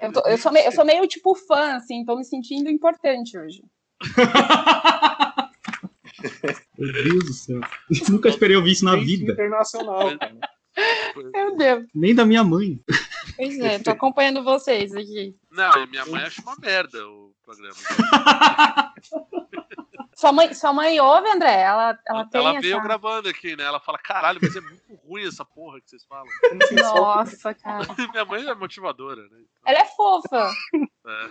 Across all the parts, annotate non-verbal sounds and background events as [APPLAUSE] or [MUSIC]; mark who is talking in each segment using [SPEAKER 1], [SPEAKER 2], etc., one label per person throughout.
[SPEAKER 1] Eu, tô, eu, sou meio, eu sou meio tipo fã, assim, tô me sentindo importante hoje.
[SPEAKER 2] Meu Deus do céu. Eu nunca esperei ouvir isso na
[SPEAKER 3] Gente
[SPEAKER 2] vida.
[SPEAKER 3] Internacional, cara.
[SPEAKER 1] Meu Deus.
[SPEAKER 2] Nem da minha mãe.
[SPEAKER 4] Pois é, tô acompanhando vocês aqui.
[SPEAKER 5] Não, e minha mãe acha uma merda o
[SPEAKER 1] [LAUGHS]
[SPEAKER 5] programa.
[SPEAKER 1] Sua mãe, sua mãe ouve, André? Ela, ela tem
[SPEAKER 5] Ela
[SPEAKER 1] essa...
[SPEAKER 5] veio gravando aqui, né? Ela fala, caralho, mas é muito ruim essa porra que vocês falam. [LAUGHS]
[SPEAKER 3] Assim, só-
[SPEAKER 1] Nossa, cara.
[SPEAKER 5] minha mãe é motivadora, né?
[SPEAKER 1] Ela é fofa.
[SPEAKER 5] É.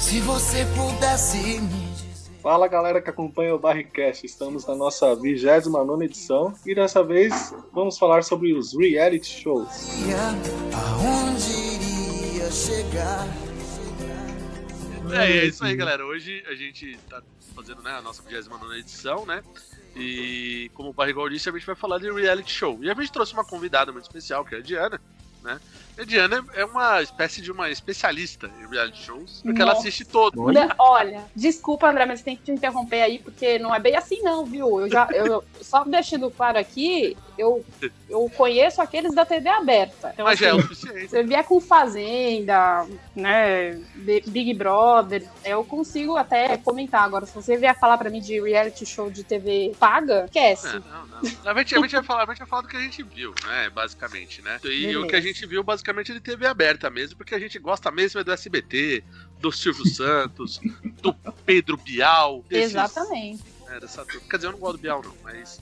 [SPEAKER 6] Se você pudesse me dizer.
[SPEAKER 3] [LAUGHS] Fala galera que acompanha o Barricast, estamos na nossa 29 edição e dessa vez vamos falar sobre os reality shows.
[SPEAKER 6] Aonde iria chegar?
[SPEAKER 5] É, e é isso aí, galera. Hoje a gente tá fazendo né, a nossa 29 edição, né? E como o Barrigol disse, a gente vai falar de reality show. E a gente trouxe uma convidada muito especial, que é a Diana, né? E a Diana é uma espécie de uma especialista em reality shows, porque ela
[SPEAKER 1] Nossa.
[SPEAKER 5] assiste todo.
[SPEAKER 2] Olha.
[SPEAKER 1] Não, olha, desculpa, André, mas tem que te interromper aí, porque não é bem assim, não, viu? Eu já, eu, só deixando claro aqui, eu, eu conheço aqueles da TV aberta. Então,
[SPEAKER 5] Mas já é
[SPEAKER 1] assim,
[SPEAKER 5] o suficiente.
[SPEAKER 1] se eu vier com Fazenda, né, Bi- Big Brother, eu consigo até comentar. Agora, se você vier falar pra mim de reality show de TV paga,
[SPEAKER 3] Ah,
[SPEAKER 5] É,
[SPEAKER 1] esquece.
[SPEAKER 5] não, não. A gente, a, gente vai falar, a gente vai falar do que a gente viu, né? Basicamente, né? E o
[SPEAKER 1] Beleza.
[SPEAKER 5] que a gente viu, basicamente, é de TV aberta mesmo, porque a gente gosta mesmo é do SBT,
[SPEAKER 1] [LAUGHS]
[SPEAKER 5] do Silvio Santos, do Pedro Bial. desses-
[SPEAKER 1] Exatamente.
[SPEAKER 5] né, dessa turma. Quer dizer, eu não gosto do Bial, não, mas.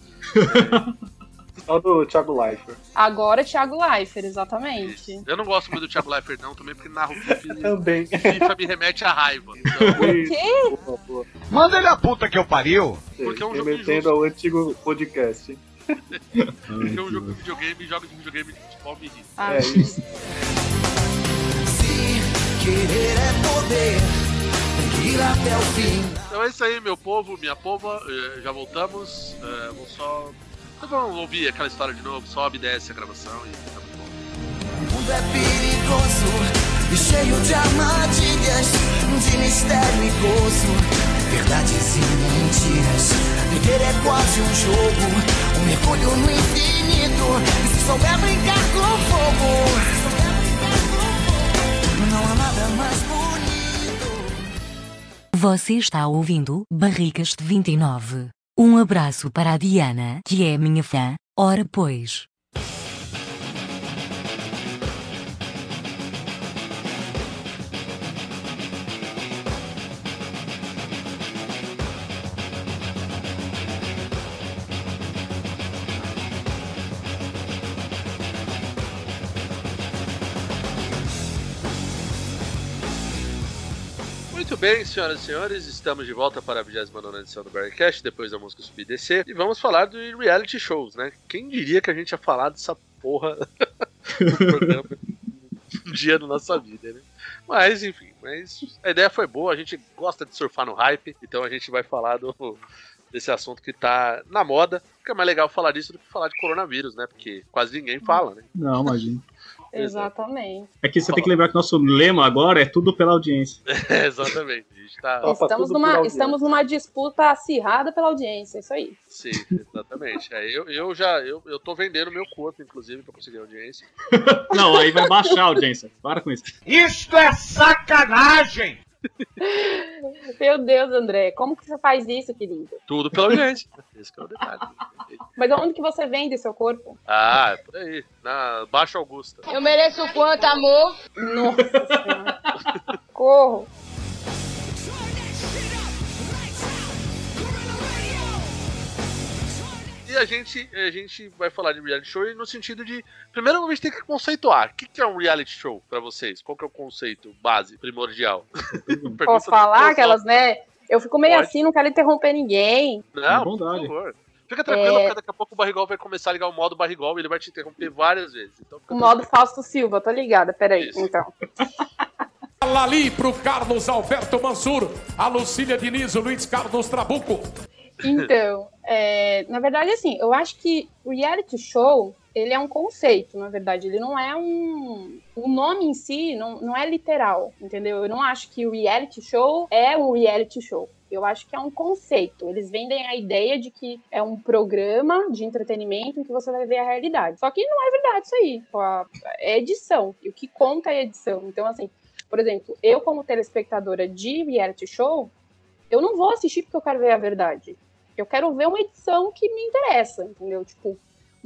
[SPEAKER 3] Só do
[SPEAKER 1] [LAUGHS]
[SPEAKER 3] Thiago Leifert.
[SPEAKER 1] Agora, é Thiago Leifert, exatamente.
[SPEAKER 5] Eu não gosto muito do Thiago Leifert, não, também, porque narro FIFA
[SPEAKER 3] Também.
[SPEAKER 5] e FIFA me remete à raiva.
[SPEAKER 3] [LAUGHS]
[SPEAKER 5] Então,
[SPEAKER 3] E- Boa, boa.
[SPEAKER 6] Manda ele a puta que eu pariu!
[SPEAKER 5] Porque é um jogo
[SPEAKER 3] Remetendo
[SPEAKER 5] injusto.
[SPEAKER 3] ao antigo podcast.
[SPEAKER 5] porque eu um jogo de videogame, jogo de videogame de futebol me irrita.
[SPEAKER 1] Ah,
[SPEAKER 3] É isso.
[SPEAKER 6] Se querer é poder, tem que ir até o fim.
[SPEAKER 5] Então é isso aí, meu povo, minha pova, eh, já voltamos. eh, Vou só. Então vamos ouvir aquela história de novo, sobe e desce a gravação e tá muito bom.
[SPEAKER 6] O mundo é perigoso e cheio de armadilhas, de mistério e gozo, verdades e mentiras. Viver é quase um jogo, um mergulho no infinito. E se souber brincar com fogo, não há nada mais bonito.
[SPEAKER 7] Você está ouvindo Barricas de 29. Um abraço para a Diana, que é minha fã. Ora pois.
[SPEAKER 5] Muito bem, senhoras e senhores, estamos de volta para a 29 edição do Barrycast, depois da música subir e descer, e vamos falar de reality shows, né? Quem diria que a gente ia falar dessa porra [LAUGHS] do programa um dia na nossa vida, né? Mas, enfim, mas a ideia foi boa, a gente gosta de surfar no hype, então a gente vai falar do, desse assunto que tá na moda, porque é mais legal falar disso do que falar de coronavírus, né? Porque quase ninguém fala, né? [LAUGHS]
[SPEAKER 2] Não, imagina.
[SPEAKER 1] exatamente.
[SPEAKER 2] É que você tem que lembrar que nosso lema agora é tudo pela audiência.
[SPEAKER 5] É, exatamente, a gente tá...
[SPEAKER 3] Opa,
[SPEAKER 1] estamos,
[SPEAKER 3] tudo por
[SPEAKER 1] numa,
[SPEAKER 3] audiência.
[SPEAKER 1] estamos numa disputa acirrada pela audiência, isso aí.
[SPEAKER 5] Sim, exatamente. É, eu, eu já eu, eu tô vendendo meu corpo, inclusive, pra conseguir audiência.
[SPEAKER 2] Não, aí vai baixar a audiência. Para com isso.
[SPEAKER 6] Isto é sacanagem!
[SPEAKER 1] Meu Deus, André, como que você faz isso, querido?
[SPEAKER 5] Tudo pela audiência. [LAUGHS] Esse que é o detalhe.
[SPEAKER 1] Mas onde que você vende seu corpo?
[SPEAKER 5] Ah, é por aí. Na Baixa Augusta.
[SPEAKER 4] Eu mereço quanto, amor?
[SPEAKER 1] Nossa Senhora. Corro.
[SPEAKER 5] E a gente, a gente vai falar de reality show e no sentido de. Primeiro a gente tem que conceituar. O que, que é um reality show pra vocês? Qual que é o conceito base,
[SPEAKER 1] [LAUGHS]
[SPEAKER 5] primordial? Pergunta
[SPEAKER 1] Posso
[SPEAKER 5] do
[SPEAKER 1] falar
[SPEAKER 5] pessoal.
[SPEAKER 1] aquelas, né? Eu fico meio
[SPEAKER 5] Pode.
[SPEAKER 1] assim, não quero interromper ninguém.
[SPEAKER 2] À
[SPEAKER 5] Não, por
[SPEAKER 2] vontade.
[SPEAKER 5] favor. Fica tranquilo,
[SPEAKER 1] É.
[SPEAKER 5] porque daqui a pouco o barrigol vai começar a ligar o modo barrigol e ele vai te interromper várias vezes. Então fica
[SPEAKER 1] O modo Fausto Silva, tô ligada, peraí,
[SPEAKER 5] Isso. [LAUGHS]
[SPEAKER 1] então.
[SPEAKER 8] Fala ali pro Carlos Alberto Mansur, a Lucília Diniz, o Luiz Carlos Trabuco.
[SPEAKER 1] Então, é, na verdade, assim, eu acho que o reality show, ele é um conceito, na verdade. Ele não é um... O nome em si não, não é literal, entendeu? Eu não acho que o reality show é o reality show. Eu acho que é um conceito. Eles vendem a ideia de que é um programa de entretenimento em que você vai ver a realidade. Só que não é verdade isso aí. Pô, a- É edição. E o que conta é edição. Então, assim, por exemplo, eu, como telespectadora de reality show, eu não vou assistir porque eu quero ver a verdade. Eu quero ver uma edição que me interessa, entendeu? Tipo,
[SPEAKER 5] Uhum.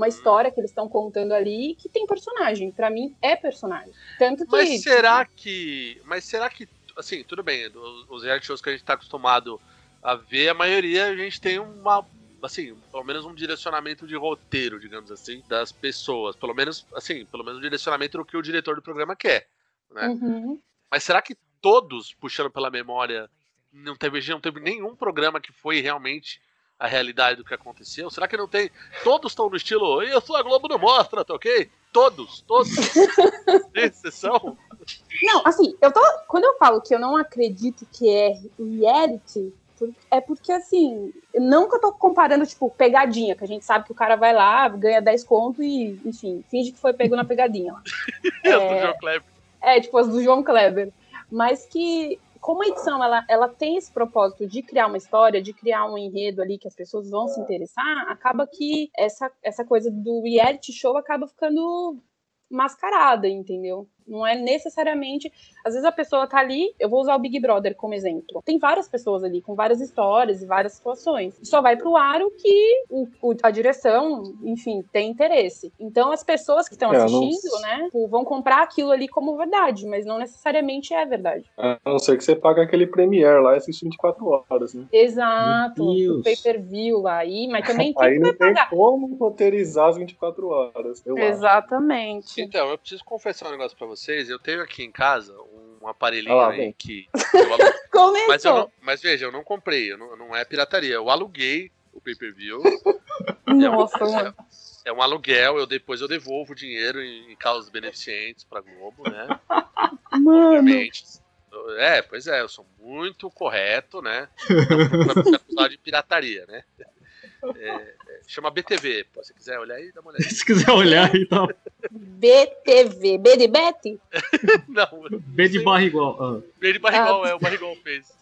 [SPEAKER 1] uma história que eles estão contando ali que tem personagem. Pra mim, é personagem. Tanto que. tipo,
[SPEAKER 5] Mas será que. Mas será que. Assim, tudo bem, os os reality shows que a gente tá acostumado a ver, a maioria a gente tem uma. Assim, pelo menos um direcionamento de roteiro, digamos assim, das pessoas. Pelo menos, assim, pelo menos um direcionamento do que o diretor do programa quer. né?
[SPEAKER 1] Uhum.
[SPEAKER 5] Mas será que todos, puxando pela memória, não teve, não teve nenhum programa que foi realmente a realidade do que aconteceu? Será que não tem? Todos estão no estilo, isso a Globo não mostra, tá ok? Todos, todos. Sem exceção.
[SPEAKER 1] Não, assim, eu tô. Quando eu falo que eu não acredito que é reality, por- é porque, assim, não que eu tô comparando, tipo, pegadinha, que a gente sabe que o cara vai lá, ganha 10 conto e, enfim, finge que foi pego na pegadinha. lá.
[SPEAKER 5] Eu do João Kleber.
[SPEAKER 1] É, tipo, as do João Kleber. Mas que, como a edição, ela, ela tem esse propósito de criar uma história, de criar um enredo ali que as pessoas vão se interessar, acaba que essa, essa coisa do reality show acaba ficando mascarada, entendeu? Não é necessariamente. Às vezes a pessoa tá ali, eu vou usar o Big Brother como exemplo. Tem várias pessoas ali com várias histórias e várias situações. Só vai pro ar o que o- o- a direção, enfim, tem interesse. Então as pessoas que estão
[SPEAKER 3] É, não-
[SPEAKER 1] assistindo, né, tipo, vão comprar aquilo ali como verdade, mas não necessariamente é verdade.
[SPEAKER 3] A não ser que você paga aquele Premiere lá e assiste 24 horas, né?
[SPEAKER 1] Exato.
[SPEAKER 2] Meu
[SPEAKER 1] O
[SPEAKER 2] Deus.
[SPEAKER 1] pay-per-view aí, mas também quem
[SPEAKER 3] Aí
[SPEAKER 1] que
[SPEAKER 3] não
[SPEAKER 1] vai
[SPEAKER 3] tem
[SPEAKER 1] pagar?
[SPEAKER 3] como roteirizar as 24 horas. Eu acho.
[SPEAKER 1] Exatamente.
[SPEAKER 5] Então, eu preciso confessar um negócio pra vocês. Eu tenho aqui em casa um aparelhinho
[SPEAKER 3] Ah lá,
[SPEAKER 5] aí
[SPEAKER 3] vem. [LAUGHS]
[SPEAKER 5] que. eu alu-
[SPEAKER 1] Começou.
[SPEAKER 5] mas, eu não, mas veja, eu não comprei, eu não, não é pirataria. Eu aluguei o
[SPEAKER 1] [LAUGHS]
[SPEAKER 5] pay-per-view. um
[SPEAKER 1] Nossa, mano.
[SPEAKER 5] É um aluguel, eu depois eu devolvo o dinheiro em, em causas beneficentes pra Globo,
[SPEAKER 1] [LAUGHS]
[SPEAKER 5] né?
[SPEAKER 2] Mano,
[SPEAKER 5] Obviamente. É, pois é, eu sou muito correto, né? Não pra me acusar de pirataria, né? É, é, chama BTV, pô, se quiser olhar aí, dá uma olhada. [LAUGHS]
[SPEAKER 2] se quiser olhar aí, tá
[SPEAKER 1] BTV. B de Betty?
[SPEAKER 5] Não,
[SPEAKER 2] B de barra igual. Ah,
[SPEAKER 5] ele barrigol, é o barrigol fez.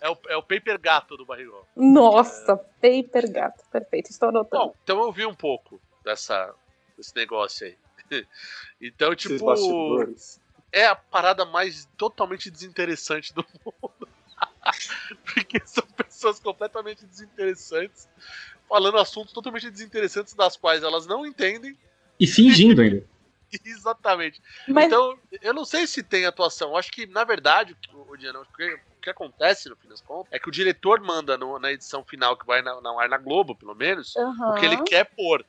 [SPEAKER 5] É o, é o paper gato do barrigol.
[SPEAKER 1] Nossa, paper gato. Perfeito, estou anotando.
[SPEAKER 5] Bom, então eu vi um pouco dessa, desse negócio aí. [LAUGHS] Então,
[SPEAKER 3] Esses
[SPEAKER 5] tipo,
[SPEAKER 3] bastidores.
[SPEAKER 5] é a parada mais totalmente desinteressante do [LAUGHS] mundo. Porque são pessoas completamente desinteressantes, falando assuntos totalmente desinteressantes das quais elas não entendem [LAUGHS]
[SPEAKER 2] E fingindo ainda.
[SPEAKER 5] exatamente.
[SPEAKER 1] Mas
[SPEAKER 5] Então, eu não sei se tem atuação. Eu acho que, na verdade, o que- o, Diana, o que, o que acontece, no fim das contas, é que o diretor manda no- na edição final, que vai na, na, ar na Globo, pelo menos, o que ele
[SPEAKER 1] Aham.
[SPEAKER 5] quer pôr.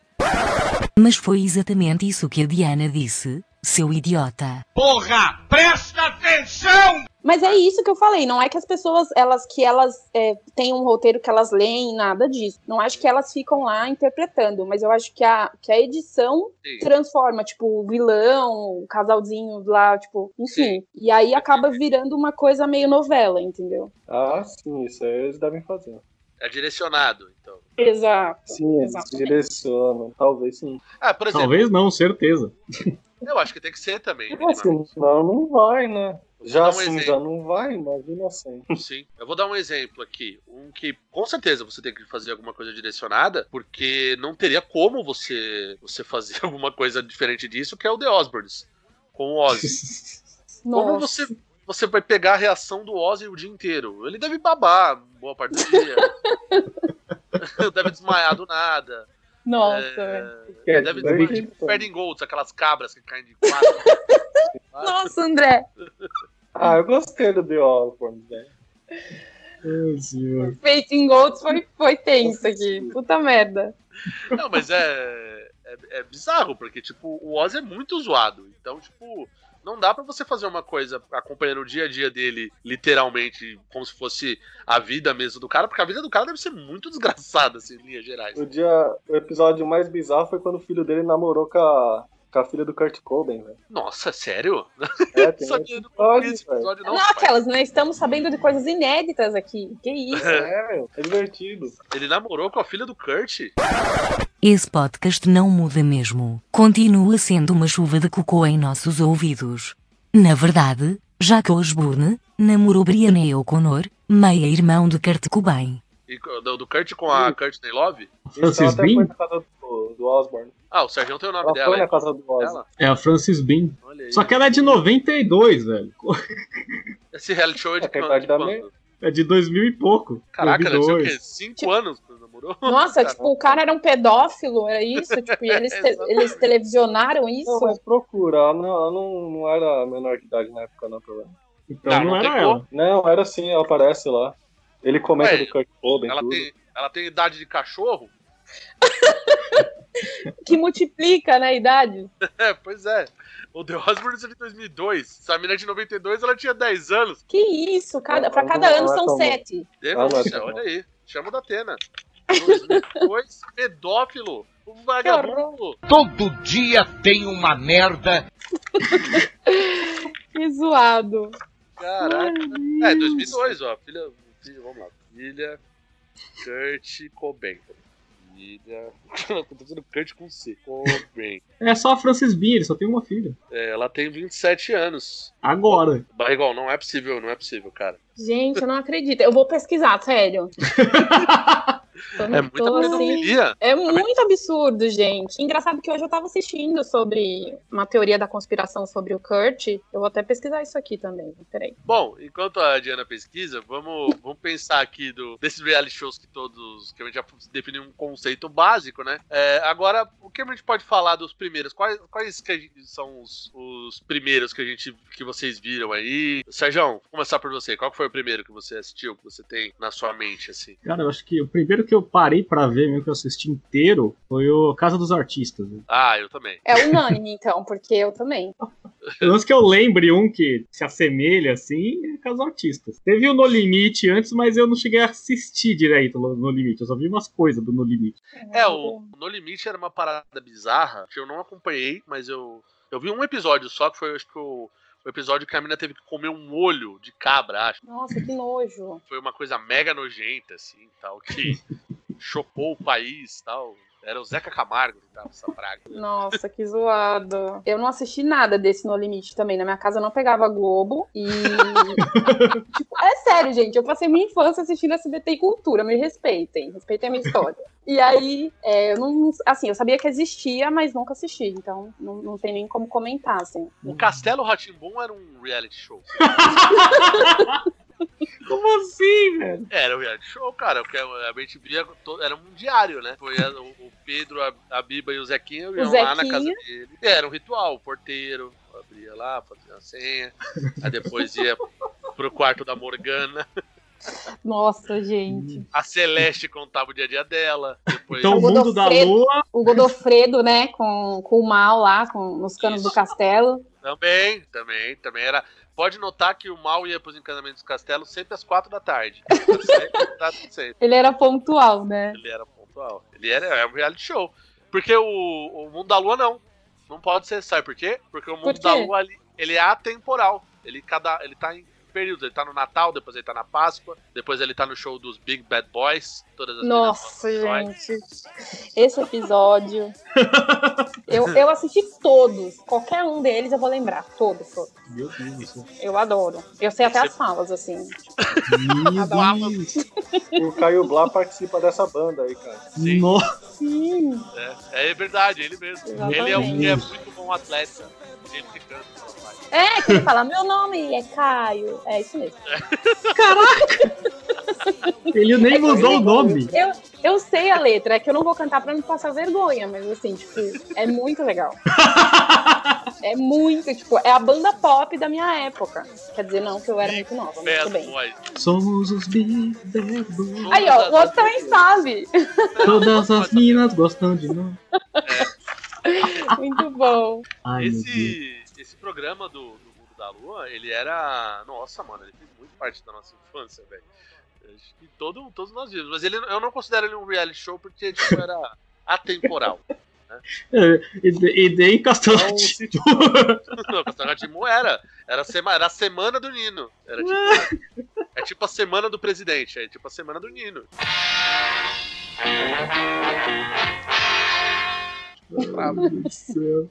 [SPEAKER 7] Mas foi exatamente isso que a Diana disse, seu idiota.
[SPEAKER 1] Mas é isso que eu falei, não é que as pessoas, elas que elas é, têm um roteiro que elas leem, nada disso. Não acho que elas ficam lá interpretando, mas eu acho que a, que a edição
[SPEAKER 5] Sim.
[SPEAKER 1] transforma, tipo, o vilão, o casalzinho lá, tipo, enfim. E aí acaba virando uma coisa meio novela, entendeu?
[SPEAKER 3] Ah, sim, isso aí eles devem fazer.
[SPEAKER 5] É direcionado, então.
[SPEAKER 1] Exato.
[SPEAKER 3] Sim, eles
[SPEAKER 1] Exatamente.
[SPEAKER 3] direcionam, talvez sim.
[SPEAKER 5] Ah, por exemplo,
[SPEAKER 2] Talvez não, certeza.
[SPEAKER 5] eu acho que tem que ser também.
[SPEAKER 3] É, senão não vai, né? Já
[SPEAKER 5] dar um
[SPEAKER 3] assim,
[SPEAKER 5] exemplo.
[SPEAKER 3] já não vai, imagina assim.
[SPEAKER 5] Sim. Eu vou dar um exemplo aqui. Um que com certeza você tem que fazer alguma coisa direcionada, porque não teria como você você fazer [LAUGHS] alguma coisa diferente disso, que é o The Osborns com o Ozzy.
[SPEAKER 1] Nossa.
[SPEAKER 5] Como você você vai pegar a reação do Ozzy o dia inteiro? Ele deve babar boa parte do dia. [LAUGHS] deve desmaiar do nada.
[SPEAKER 1] Nossa. velho.
[SPEAKER 5] É,
[SPEAKER 3] É,
[SPEAKER 5] deve
[SPEAKER 3] daí
[SPEAKER 5] desmaiar
[SPEAKER 3] que-
[SPEAKER 5] tipo Perdem Golds, aquelas cabras que caem de quatro. [LAUGHS]
[SPEAKER 1] Nossa, André.
[SPEAKER 3] Ah, eu gostei do The Osborne, né?
[SPEAKER 2] Meu senhor.
[SPEAKER 1] Feito em Golds foi, foi tenso aqui. Puta merda.
[SPEAKER 5] Não, mas é, é. é bizarro, porque, tipo, o Oz é muito zoado. Então, tipo, não dá pra você fazer uma coisa acompanhando o dia a dia dele, literalmente, como se fosse a vida mesmo do cara, porque a vida do cara deve ser muito [LAUGHS] desgraçada, assim, em linhas gerais.
[SPEAKER 3] O, dia, o episódio mais bizarro foi quando o filho dele namorou com a, com a filha do Kurt Cobain,
[SPEAKER 5] [LAUGHS]
[SPEAKER 3] velho.
[SPEAKER 5] Nossa, sério?
[SPEAKER 3] É,
[SPEAKER 5] Não
[SPEAKER 3] tem esse
[SPEAKER 5] sabia não vi
[SPEAKER 3] episódio,
[SPEAKER 5] esse
[SPEAKER 3] velho.
[SPEAKER 5] episódio, não.
[SPEAKER 1] Não, aquelas, né? Estamos sabendo de coisas inéditas aqui. Que isso?
[SPEAKER 3] É, meu, é divertido.
[SPEAKER 5] Ele namorou com a filha do Kurt?
[SPEAKER 7] Esse podcast não muda mesmo. Continua sendo uma chuva de cocô em nossos ouvidos. Na verdade, Jacques Osbourne namorou Brianna O'Connor, meia-irmão de Kurt Cobain.
[SPEAKER 5] E co- do, do Kurt com a Courtney Love?
[SPEAKER 2] Francis
[SPEAKER 3] Então, até foi
[SPEAKER 2] Bean?
[SPEAKER 3] na casa do, do Osborne.
[SPEAKER 5] Ah, o Sérgio tem o nome
[SPEAKER 3] Ela
[SPEAKER 5] dela.
[SPEAKER 3] foi na
[SPEAKER 5] hein?
[SPEAKER 3] casa do Osborne.
[SPEAKER 5] Ela?
[SPEAKER 2] É a Francis Bean.
[SPEAKER 5] Olha aí.
[SPEAKER 2] Só que ela é de 92, velho.
[SPEAKER 5] Esse reality show é de
[SPEAKER 3] É, tem
[SPEAKER 5] quando?
[SPEAKER 3] idade
[SPEAKER 5] De
[SPEAKER 3] da
[SPEAKER 5] quando?
[SPEAKER 3] minha.
[SPEAKER 2] É de 2000 e pouco.
[SPEAKER 5] Caraca, deve ser o
[SPEAKER 2] 2002.
[SPEAKER 5] quê? Cinco anos que namorou?
[SPEAKER 1] Nossa,
[SPEAKER 5] Cara,
[SPEAKER 1] tipo, o cara era um pedófilo, era isso?
[SPEAKER 5] [LAUGHS]
[SPEAKER 1] Tipo, e eles, te- eles televisionaram
[SPEAKER 3] Não,
[SPEAKER 1] isso?
[SPEAKER 3] mas procura. Ela, não, ela não, não era menor de idade na época, não, problema.
[SPEAKER 2] Então
[SPEAKER 5] Não,
[SPEAKER 2] não,
[SPEAKER 5] não tem
[SPEAKER 2] era ela.
[SPEAKER 3] Não, era assim, ela aparece lá. Ele comenta
[SPEAKER 5] Ué,
[SPEAKER 3] do Kurt Cobain,
[SPEAKER 5] ela
[SPEAKER 3] tudo.
[SPEAKER 5] tem, ela tem idade de cachorro? [LAUGHS]
[SPEAKER 1] Que multiplica, né, a idade?
[SPEAKER 5] É, pois é. O The Osborne é de 2002. Essa mina é de 92, ela tinha 10 anos.
[SPEAKER 1] Que isso? Cada, pra
[SPEAKER 3] Não,
[SPEAKER 1] cada
[SPEAKER 3] não,
[SPEAKER 1] ano
[SPEAKER 3] não é
[SPEAKER 1] são
[SPEAKER 3] tão bom.
[SPEAKER 1] sete.
[SPEAKER 5] Denúncia,
[SPEAKER 3] Ah, não.
[SPEAKER 5] olha aí. Chama o da Atena. [LAUGHS] 2002, pedófilo. Um vagabundo.
[SPEAKER 6] Todo dia tem uma merda.
[SPEAKER 1] Que zoado.
[SPEAKER 5] Caraca. É, 2002, ó. Filha, filha, vamos lá. Filha Kurt Cobain. Filha... [LAUGHS] Eu tô dizendo Kurt com C. Cobain.
[SPEAKER 2] É só a Francis Bean, ele só tem uma filha.
[SPEAKER 5] É, ela tem 27 anos.
[SPEAKER 2] Agora.
[SPEAKER 5] Barrigol, não é possível, não é possível, cara.
[SPEAKER 1] Gente, eu não acredito. Eu vou pesquisar,
[SPEAKER 5] [LAUGHS]
[SPEAKER 1] sério. Tô-
[SPEAKER 5] É muita
[SPEAKER 1] tô, assim,
[SPEAKER 5] pedofilia.
[SPEAKER 1] É muito absurdo, gente. Engraçado que hoje eu tava assistindo sobre uma teoria da conspiração sobre o Kurt. Eu vou até pesquisar isso aqui também. Peraí.
[SPEAKER 5] Bom, enquanto a Diana pesquisa, vamos, vamos pensar aqui do, desses reality shows que todos. que a gente já definiu um conceito básico, né? É, agora, o que a gente pode falar dos primeiros? Quais, quais que a gente- são os, os primeiros que a gente. que vocês viram aí? Sérgio, vou começar por você. Qual que foi o primeiro que você assistiu, que você tem na sua mente, assim?
[SPEAKER 2] Cara, eu acho que o primeiro que eu parei pra ver, mesmo que eu assisti inteiro, foi o Casa dos Artistas. Né?
[SPEAKER 5] Ah, eu também.
[SPEAKER 1] É unânime, então, porque eu também.
[SPEAKER 2] Pelo menos que eu lembre um que se assemelha assim, é Casa dos Artistas. Teve o No Limite antes, mas eu não cheguei a assistir direito no No Limite. Eu só vi umas coisas do No Limite.
[SPEAKER 5] É, o No Limite era uma parada bizarra que eu não acompanhei, mas eu. Eu vi um episódio só, que foi, acho que o, o episódio que a mina teve que comer um olho de cabra, acho.
[SPEAKER 1] Nossa, que nojo.
[SPEAKER 5] Foi uma coisa mega nojenta, assim, tal, que chocou o país tal. Era o Zeca Camargo que tava essa praga.
[SPEAKER 1] Nossa, que zoado. Eu não assisti nada desse No Limite também. Na minha casa eu não pegava Globo. E. [LAUGHS] Tipo, é sério, gente. Eu passei minha infância assistindo SBT e Cultura. Me respeitem. Respeitem a minha história. E aí, é, eu não. Assim, eu sabia que existia, mas nunca assisti. Então, não, não tem nem como comentar, assim.
[SPEAKER 5] O Castelo Ratimbum era um reality show.
[SPEAKER 2] Como assim, velho?
[SPEAKER 5] Era um reality show, cara. Porque a gente via. to- Era um diário, né? Foi a- o o Pedro, a, a Biba e o Zequinha iam lá na
[SPEAKER 1] Zequinha.
[SPEAKER 5] casa dele. E era um ritual, o porteiro abria lá, fazia a senha. Aí depois ia pro quarto da Morgana.
[SPEAKER 1] Nossa, gente.
[SPEAKER 5] A Celeste contava o dia a dia dela. Depois
[SPEAKER 2] Então o mundo da
[SPEAKER 1] Godofredo.
[SPEAKER 2] lua.
[SPEAKER 1] O Godofredo, né? Com, com o mal lá, com, nos canos do castelo.
[SPEAKER 5] Também, também, também era. Pode notar que o mal ia pros encantamentos do castelo sempre às quatro
[SPEAKER 1] [LAUGHS]
[SPEAKER 5] da tarde. Sempre, tá, sempre.
[SPEAKER 1] Ele era pontual, né?
[SPEAKER 5] Ele era pontual. Ele era, era um reality show. Porque o, o mundo da lua não. Não pode ser, sabe por quê? Porque o mundo
[SPEAKER 1] quê?
[SPEAKER 5] da lua ali, ele é atemporal. Ele, cada, ele tá em períodos. Ele tá no Natal, depois ele tá na Páscoa, depois ele tá no show dos Big Bad Boys. Todas as
[SPEAKER 1] Nossa,
[SPEAKER 5] meninas são heróis.
[SPEAKER 1] gente. Esse
[SPEAKER 2] [LAUGHS]
[SPEAKER 1] episódio. eu, eu assisti todos. Qualquer um deles eu vou lembrar. Todos, todos.
[SPEAKER 2] Meu Deus do céu.
[SPEAKER 1] Eu adoro. Eu sei até as falas, assim.
[SPEAKER 2] Meu Deus.
[SPEAKER 3] O Caio Blá participa dessa banda aí,
[SPEAKER 5] [LAUGHS]
[SPEAKER 3] cara.
[SPEAKER 5] Sim.
[SPEAKER 2] Nossa,
[SPEAKER 1] Sim.
[SPEAKER 5] É, é verdade, ele mesmo.
[SPEAKER 1] Exatamente.
[SPEAKER 5] Ele é um que é muito bom atleta. Ele que canta. rapaz.
[SPEAKER 1] É, que ele fala: meu nome é Caio. É isso mesmo.
[SPEAKER 2] ele nem mudou o nome.
[SPEAKER 1] É Eu, eu sei a letra, é que eu não vou cantar pra não passar vergonha, mas assim, tipo, é muito
[SPEAKER 2] [LAUGHS]
[SPEAKER 1] legal. É muito, tipo, é a banda pop da minha época. Quer dizer, não, que eu era muito nova, mas
[SPEAKER 5] Bad
[SPEAKER 1] tudo bem.
[SPEAKER 5] Boys.
[SPEAKER 2] Somos os Big Bad Boys.
[SPEAKER 1] Aí, ó, o outro também sabe. [LAUGHS]
[SPEAKER 2] Todas as minas gostam de nós.
[SPEAKER 1] Muito bom.
[SPEAKER 2] Ai,
[SPEAKER 5] Esse, esse programa do, do Mundo da Lua, ele era. Nossa, mano, ele fez muito parte da nossa infância, velho. Acho que todo, todos nós vimos. Mas ele, eu não considero ele um reality show porque tipo, era
[SPEAKER 1] [LAUGHS]
[SPEAKER 5] atemporal.
[SPEAKER 2] meu Deus. É, E, e nem Castelo
[SPEAKER 3] É um
[SPEAKER 2] Ratimbu.
[SPEAKER 5] não, o Castelo Rá-Tim-Bum era. Era, sema, era a semana do Nino. Era tipo, é tipo a semana do presidente, é tipo a semana do Nino.
[SPEAKER 2] Meu Deus do céu.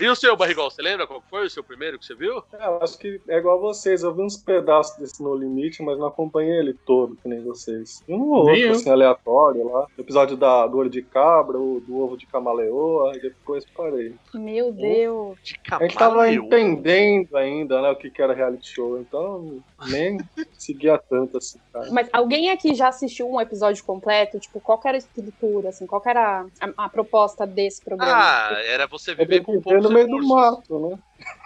[SPEAKER 5] E o seu, Barrigol, você lembra qual foi o seu primeiro que você viu?
[SPEAKER 3] É, eu acho que é igual a vocês. Eu vi uns pedaços desse No Limite, mas não acompanhei ele todo, que nem vocês. E um ou
[SPEAKER 2] Nem
[SPEAKER 3] outro,
[SPEAKER 2] eu.
[SPEAKER 3] assim, aleatório lá. Episódio da, do Olho de Cabra, o do Ovo de Camaleoa, e depois parei.
[SPEAKER 1] Meu Deus.
[SPEAKER 5] De
[SPEAKER 3] A gente tava
[SPEAKER 5] camaleão.
[SPEAKER 3] entendendo né? ainda, né, o que, que era reality show, então
[SPEAKER 5] [LAUGHS]
[SPEAKER 3] nem seguia tanto assim, cara.
[SPEAKER 1] Mas alguém aqui já assistiu um episódio completo? Tipo, qual que era a estrutura, assim? Qual que era a, a proposta desse programa?
[SPEAKER 5] Ah, era você
[SPEAKER 3] É
[SPEAKER 5] viver com um
[SPEAKER 3] viver
[SPEAKER 5] pouco
[SPEAKER 3] no meio do mato, né?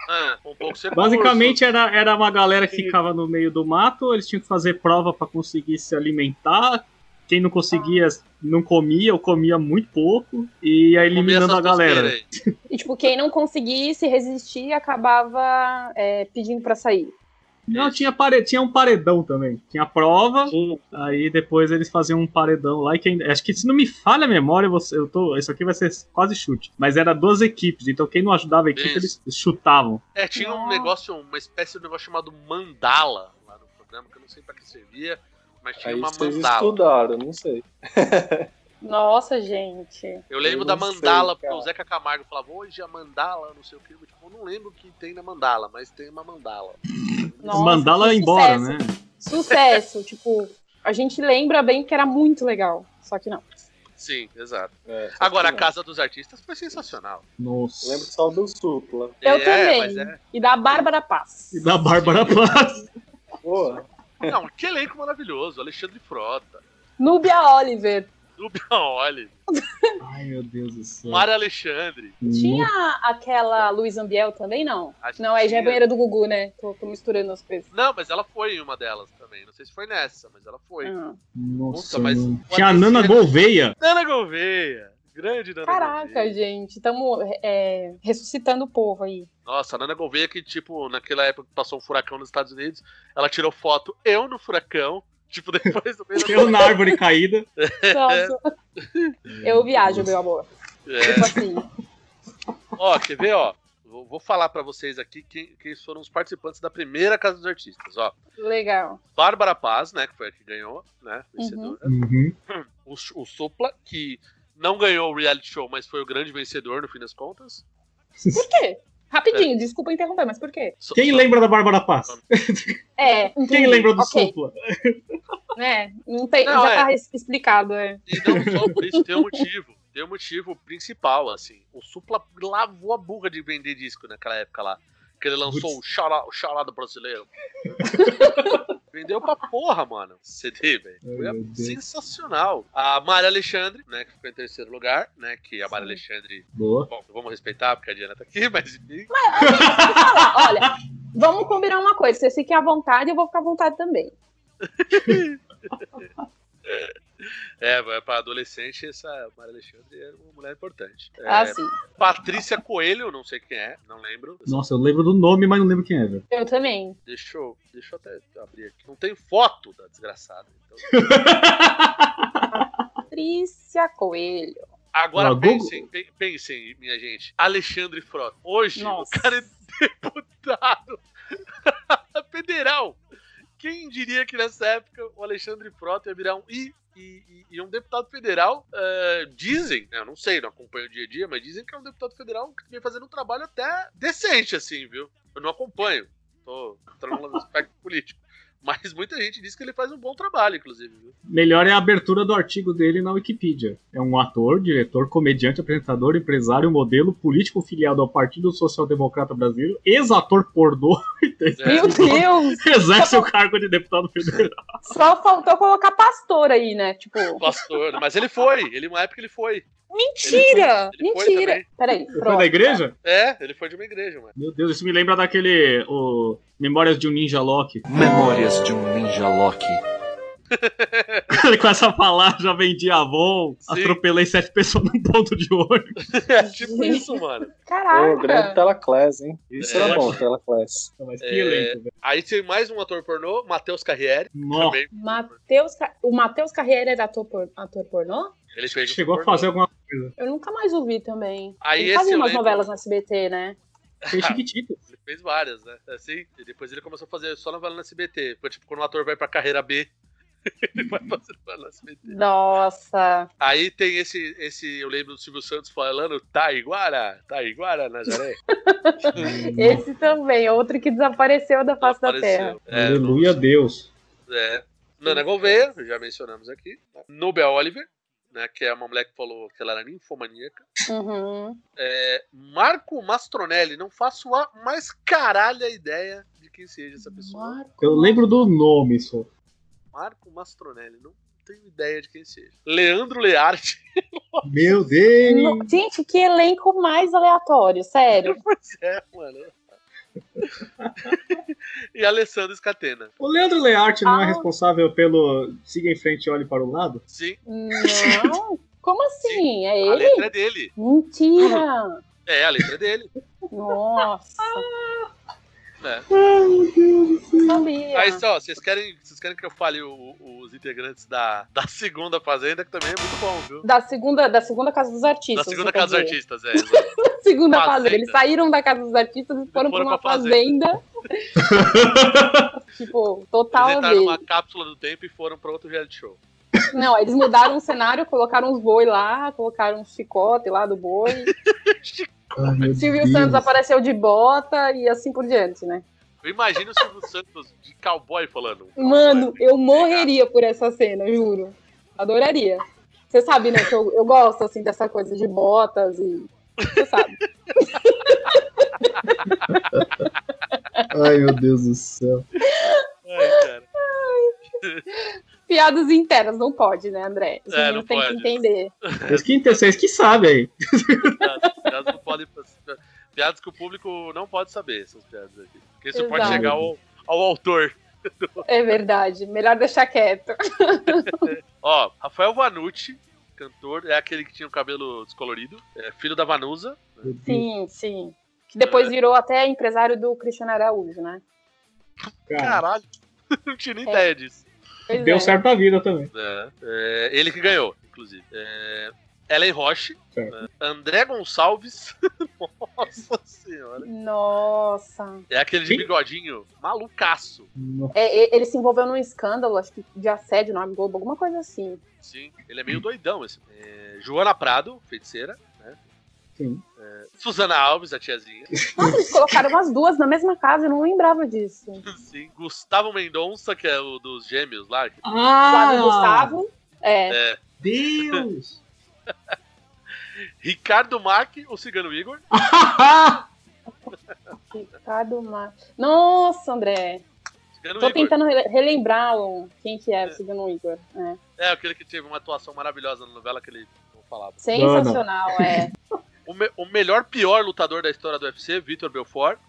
[SPEAKER 5] Ah, com pouco recurso.
[SPEAKER 2] Basicamente era, era uma galera que ficava no meio do mato, eles tinham que fazer prova pra conseguir se alimentar. Quem não conseguia não comia ou comia muito pouco e ia
[SPEAKER 5] Comia é
[SPEAKER 2] eliminando
[SPEAKER 5] essas
[SPEAKER 2] a galera.
[SPEAKER 5] tosqueiras aí.
[SPEAKER 1] E, tipo, quem não conseguisse resistir acabava é, pedindo pra sair.
[SPEAKER 2] Não, tinha, pare... tinha um paredão também. Tinha a prova,
[SPEAKER 3] Tinha,
[SPEAKER 2] aí depois eles faziam um paredão lá. E quem... Acho que se não me falha a memória, você... eu tô... isso aqui vai ser quase chute. Mas era duas equipes, então quem não ajudava a equipe,
[SPEAKER 5] Isso.
[SPEAKER 2] eles chutavam.
[SPEAKER 5] É, tinha um
[SPEAKER 1] Nossa.
[SPEAKER 5] negócio, uma espécie de um negócio chamado mandala lá no programa, que eu não sei pra que servia, mas tinha
[SPEAKER 3] aí
[SPEAKER 5] uma
[SPEAKER 3] vocês
[SPEAKER 5] mandala.
[SPEAKER 3] estudaram, não sei.
[SPEAKER 1] Nossa, gente.
[SPEAKER 5] Eu lembro
[SPEAKER 3] Eu
[SPEAKER 5] da
[SPEAKER 3] não sei,
[SPEAKER 5] mandala, porque
[SPEAKER 3] cara.
[SPEAKER 5] o Zeca Camargo falava, hoje a mandala, não sei o que, eu, tipo, eu não lembro o que tem na mandala, mas tem uma mandala.
[SPEAKER 1] Nossa,
[SPEAKER 2] Mandá-la
[SPEAKER 1] que
[SPEAKER 2] embora,
[SPEAKER 1] sucesso.
[SPEAKER 2] né?
[SPEAKER 1] Sucesso. tipo, a gente lembra bem que era muito legal. Só que não.
[SPEAKER 5] Sim, exato.
[SPEAKER 3] É, só
[SPEAKER 5] Agora, a
[SPEAKER 3] que não.
[SPEAKER 5] Casa dos Artistas foi sensacional.
[SPEAKER 3] Eu Lembro
[SPEAKER 2] Nossa.
[SPEAKER 3] só do supla.
[SPEAKER 1] Eu
[SPEAKER 5] É,
[SPEAKER 1] também.
[SPEAKER 5] mas é-
[SPEAKER 1] E da Bárbara Paz.
[SPEAKER 2] E da [LAUGHS] Bárbara Paz.
[SPEAKER 3] Boa.
[SPEAKER 5] é. Não, que elenco maravilhoso. Alexandre Frota,
[SPEAKER 1] Núbia Oliver.
[SPEAKER 5] Rubia Oli,
[SPEAKER 2] Ai, meu Deus do céu.
[SPEAKER 5] Mário Alexandre.
[SPEAKER 1] Tinha aquela Luiz Ambiel também, não?
[SPEAKER 5] Acho
[SPEAKER 1] Não,
[SPEAKER 5] que
[SPEAKER 1] aí já é
[SPEAKER 5] tinha.
[SPEAKER 1] banheira do Gugu, né? Tô, tô misturando as coisas.
[SPEAKER 5] Não, mas ela foi em uma delas também. Não sei se foi nessa, mas ela foi.
[SPEAKER 1] Ah.
[SPEAKER 2] Nossa,
[SPEAKER 5] Puta, mas
[SPEAKER 2] mano.
[SPEAKER 5] pode
[SPEAKER 2] Tinha a Nana
[SPEAKER 5] ser-
[SPEAKER 2] [LAUGHS] Gouveia.
[SPEAKER 5] Nana Gouveia. Grande Nana
[SPEAKER 1] Caraca,
[SPEAKER 5] Gouveia.
[SPEAKER 1] gente. Estamos ressuscitando o povo
[SPEAKER 5] [LAUGHS]
[SPEAKER 1] aí.
[SPEAKER 5] Nossa, a Nana Gouveia que, tipo, naquela época que passou um furacão nos Estados Unidos, ela tirou foto eu no furacão. [LAUGHS] Tipo, depois do mesmo.
[SPEAKER 2] Eu na árvore caída.
[SPEAKER 1] Nossa. Eu viajo, meu amor.
[SPEAKER 5] É.
[SPEAKER 1] Tipo assim.
[SPEAKER 5] Ó, quer ver, ó? Vou vou falar pra vocês aqui quem, quem foram os participantes da primeira Casa dos Artistas, ó.
[SPEAKER 1] Legal.
[SPEAKER 5] Bárbara Paz, né, que foi a que ganhou, né, vencedora.
[SPEAKER 2] Uhum.
[SPEAKER 5] O, Su- o Supla, que não ganhou o reality show, mas foi o grande vencedor no fim das contas.
[SPEAKER 1] Por quê?
[SPEAKER 5] É.
[SPEAKER 1] Rapidinho, desculpa interromper, mas por quê?
[SPEAKER 5] So-
[SPEAKER 2] Quem
[SPEAKER 5] so-
[SPEAKER 2] lembra da Bárbara Paz?
[SPEAKER 1] É.
[SPEAKER 2] Quem
[SPEAKER 1] entendi.
[SPEAKER 2] lembra do
[SPEAKER 1] Ok,
[SPEAKER 2] Supla?
[SPEAKER 1] né? Não tem,
[SPEAKER 5] Não,
[SPEAKER 1] já
[SPEAKER 5] é.
[SPEAKER 1] tá es- explicado, é.
[SPEAKER 5] E não só por isso, tem um motivo. Tem um motivo principal, assim. O Supla lavou a burra de vender disco naquela época lá. Que ele lançou
[SPEAKER 2] Putz.
[SPEAKER 5] o Xará- o Chará do
[SPEAKER 2] [LAUGHS]
[SPEAKER 5] Brasileiro. Vendeu pra porra, mano. CD, velho. Foi
[SPEAKER 2] Ai, meu Deus.
[SPEAKER 5] sensacional. A Mari Alexandre, né, que ficou em terceiro lugar, né, que a Mari Alexandre...
[SPEAKER 2] Boa.
[SPEAKER 5] Bom, vamos respeitar, porque a Diana tá aqui, [LAUGHS] mas enfim.
[SPEAKER 1] Fala, olha, vamos combinar uma coisa. Você fica à vontade, eu vou ficar à vontade também.
[SPEAKER 5] É, vai pra adolescente, essa Mari Alexandre era uma mulher importante. É,
[SPEAKER 1] Ah, sim.
[SPEAKER 5] Patrícia Coelho, não sei quem é, não lembro.
[SPEAKER 2] Nossa, eu lembro do nome, mas não lembro quem é, velho.
[SPEAKER 1] Eu também.
[SPEAKER 5] Deixa eu, deixa eu até abrir aqui. Não tem foto da desgraçada. Então...
[SPEAKER 1] Patrícia Coelho.
[SPEAKER 5] Agora
[SPEAKER 2] Não,
[SPEAKER 5] pensem, pe- pensem, minha gente. Alexandre Frota. Hoje
[SPEAKER 1] Nossa.
[SPEAKER 5] o cara é deputado [LAUGHS] federal. Quem diria que nessa época o Alexandre Frota ia virar um I e, e- e um deputado federal? eh, dizem, né, eu não sei, não acompanho o dia a dia, mas dizem que é um deputado federal que vem fazendo um trabalho até decente, assim, viu? Eu não acompanho. Tô entrando no [LAUGHS] aspecto político. Mas muita gente diz que ele faz um bom trabalho, inclusive, viu?
[SPEAKER 2] Melhor é a abertura do artigo dele na Wikipedia. É um ator, diretor, comediante, apresentador, empresário, modelo, político filiado ao Partido Social Democrata Brasileiro, ex-ator pornô, [LAUGHS]
[SPEAKER 5] é,
[SPEAKER 1] Meu Deus!
[SPEAKER 2] exerce o cargo de deputado federal.
[SPEAKER 1] Só faltou colocar pastor aí, né? Tipo,
[SPEAKER 5] Pastor, né? mas ele foi, ele uma época ele foi.
[SPEAKER 1] mentira!
[SPEAKER 5] Ele foi- ele foi
[SPEAKER 1] mentira!
[SPEAKER 5] também.
[SPEAKER 1] Peraí,
[SPEAKER 2] Foi
[SPEAKER 1] pronto.
[SPEAKER 2] da igreja?
[SPEAKER 5] É, ele foi de uma igreja,
[SPEAKER 1] [LAUGHS]
[SPEAKER 5] mano.
[SPEAKER 2] Meu Deus, isso me lembra daquele. o Memórias de um Ninja Loki.
[SPEAKER 6] Memórias de um Ninja Loki.
[SPEAKER 2] Com essa palavra, já vendi Avon,
[SPEAKER 5] Sim.
[SPEAKER 2] atropelei sete pessoas num ponto de ônibus.
[SPEAKER 5] É tipo isso, mano.
[SPEAKER 3] Ô, grande
[SPEAKER 1] Caraca!
[SPEAKER 3] Telaclass, hein? Isso
[SPEAKER 5] É.
[SPEAKER 3] era bom, Telaclass.
[SPEAKER 2] Mas que
[SPEAKER 5] É.
[SPEAKER 2] elenco, velho.
[SPEAKER 5] Aí tem mais um ator pornô, Matheus Carriere.
[SPEAKER 2] Nossa,
[SPEAKER 5] Também.
[SPEAKER 1] Mateus, Ca- o Matheus Carreira era ator, por- ator pornô?
[SPEAKER 5] Ele fez um
[SPEAKER 2] chegou a
[SPEAKER 5] pornô.
[SPEAKER 2] fazer alguma coisa.
[SPEAKER 1] Eu nunca mais ouvi também.
[SPEAKER 5] Aí
[SPEAKER 1] ele
[SPEAKER 5] esse
[SPEAKER 1] fazia
[SPEAKER 5] eu
[SPEAKER 1] umas
[SPEAKER 5] lembro.
[SPEAKER 1] novelas no SBT, né?
[SPEAKER 2] Fez
[SPEAKER 5] [LAUGHS]
[SPEAKER 2] Chiquititas.
[SPEAKER 5] Ele fez É, várias, né? Assim, e depois ele começou a fazer só novela no SBT. Foi tipo quando o ator vai pra carreira B. [LAUGHS] Ele vai fazer lá no SBT.
[SPEAKER 1] Nossa.
[SPEAKER 5] Aí tem esse, esse, eu lembro do Silvio Santos falando Taiguara, Taiguara, Nazaré.
[SPEAKER 1] Esse também, outro que desapareceu da face da terra.
[SPEAKER 5] Apareceu. É,
[SPEAKER 2] Aleluia a Deus.
[SPEAKER 5] É. Nana Gouveia, já mencionamos aqui. Nobel Oliver, né, que é uma mulher que falou que ela era ninfomaníaca.
[SPEAKER 1] Uhum.
[SPEAKER 5] É, Marco Mastronelli, não faço a mais caralha ideia de quem seja essa pessoa.
[SPEAKER 2] Eu lembro do nome só.
[SPEAKER 5] Marco Mastronelli, não tenho ideia de quem seja. Leandro Learte. [LAUGHS]
[SPEAKER 2] Meu Deus!
[SPEAKER 1] No- Gente, que elenco mais aleatório, sério.
[SPEAKER 5] Pois é, mano. [LAUGHS] e Alessandro Scatena.
[SPEAKER 2] O Leandro Learte não é
[SPEAKER 1] Ah.
[SPEAKER 2] responsável pelo Siga em Frente e Olhe para o Lado?
[SPEAKER 5] Sim,
[SPEAKER 1] Não. Como assim? É
[SPEAKER 5] a
[SPEAKER 1] ele?
[SPEAKER 5] letra é dele.
[SPEAKER 1] Mentira!
[SPEAKER 5] É, a letra é dele.
[SPEAKER 1] Nossa.
[SPEAKER 5] É.
[SPEAKER 1] Sabia.
[SPEAKER 5] Aí, só, vocês querem, vocês querem que eu fale o- os integrantes da, da segunda fazenda, que também é muito bom, viu?
[SPEAKER 1] Da segunda, da segunda Casa dos
[SPEAKER 5] Da
[SPEAKER 1] Artistas.
[SPEAKER 5] segunda
[SPEAKER 1] você quer
[SPEAKER 5] casa dos
[SPEAKER 1] dizer.
[SPEAKER 5] artistas, é.
[SPEAKER 1] [LAUGHS]
[SPEAKER 5] exato.
[SPEAKER 1] Da segunda fazenda.
[SPEAKER 5] Fazenda.
[SPEAKER 1] Eles saíram da Casa dos Artistas e foram,
[SPEAKER 5] foram
[SPEAKER 1] pra uma
[SPEAKER 5] pra fazenda.
[SPEAKER 1] fazenda.
[SPEAKER 5] [LAUGHS]
[SPEAKER 1] tipo, total
[SPEAKER 5] Eles
[SPEAKER 1] a
[SPEAKER 5] entraram
[SPEAKER 1] ver.
[SPEAKER 5] numa cápsula do tempo e foram pra outro reality show.
[SPEAKER 1] Não, eles mudaram o cenário, colocaram os boi lá, colocaram um chicote lá do boi.
[SPEAKER 5] [LAUGHS]
[SPEAKER 2] Ai, meu
[SPEAKER 1] Silvio
[SPEAKER 2] Deus.
[SPEAKER 1] Santos apareceu de bota e assim por diante, né?
[SPEAKER 5] Eu imagino o Silvio Santos de cowboy falando.
[SPEAKER 1] Mano,
[SPEAKER 5] né?
[SPEAKER 1] eu morreria por essa cena, juro. Adoraria. Você sabe, né, que eu, eu gosto, assim, dessa coisa de botas e... Você
[SPEAKER 5] [LAUGHS]
[SPEAKER 1] sabe.
[SPEAKER 2] Ai, meu Deus do céu.
[SPEAKER 5] Ai, É, cara.
[SPEAKER 1] Piadas internas, não pode, né, André? Os
[SPEAKER 5] É, não
[SPEAKER 1] meninos têm
[SPEAKER 5] pode.
[SPEAKER 1] que entender.
[SPEAKER 2] Vocês que, inte- vocês que sabem aí.
[SPEAKER 5] Piadas, piadas não podem- piadas que o público não pode saber, essas piadas aqui. Porque isso pode
[SPEAKER 1] Exato.
[SPEAKER 5] chegar ao, ao autor.
[SPEAKER 1] É verdade, melhor deixar quieto.
[SPEAKER 5] Ó, Rafael Vanucci, cantor, é aquele que tinha o cabelo descolorido, é filho da Vanusa.
[SPEAKER 2] Meu Deus,
[SPEAKER 1] Sim, sim. Que
[SPEAKER 5] É.
[SPEAKER 1] depois virou até empresário do Cristiano Araújo, né?
[SPEAKER 2] cara.
[SPEAKER 5] Caralho, [LAUGHS] não tinha nem ideia disso.
[SPEAKER 1] Pois
[SPEAKER 2] Deu
[SPEAKER 1] é.
[SPEAKER 2] certo a vida também.
[SPEAKER 5] É, é, ele que ganhou, inclusive. É, Ellen Roche.
[SPEAKER 2] Certo.
[SPEAKER 5] é, André Gonçalves. [LAUGHS] Nossa senhora.
[SPEAKER 1] Nossa.
[SPEAKER 5] É aquele de
[SPEAKER 2] Quem?
[SPEAKER 5] bigodinho malucaço.
[SPEAKER 1] É, e- ele se envolveu num escândalo, acho que de assédio na Globo, alguma coisa assim.
[SPEAKER 5] Sim, ele é meio doidão. Esse. É, Joana Prado, feiticeira. Né?
[SPEAKER 2] Sim.
[SPEAKER 5] É, Suzana Alves, a tiazinha. [LAUGHS]
[SPEAKER 1] Nossa, eles colocaram umas duas na mesma casa, eu não lembrava disso.
[SPEAKER 5] Sim. Gustavo Mendonça, que é o dos gêmeos lá. que-
[SPEAKER 2] Ah,
[SPEAKER 1] Flávio Gustavo. É.
[SPEAKER 5] É,
[SPEAKER 2] [LAUGHS] Deus!
[SPEAKER 5] Ricardo Marque, o cigano Igor.
[SPEAKER 1] Ricardo Mar... Nossa, André.
[SPEAKER 5] Cigano
[SPEAKER 1] Tô
[SPEAKER 5] Igor.
[SPEAKER 1] tentando rele- relembrar o... quem que era o Cigano Igor. É.
[SPEAKER 5] É aquele que teve uma atuação maravilhosa na novela que ele não falava.
[SPEAKER 1] Sensacional,
[SPEAKER 5] [LAUGHS]
[SPEAKER 1] é.
[SPEAKER 5] O, me- o melhor pior lutador da história do UFC, Vitor Belfort.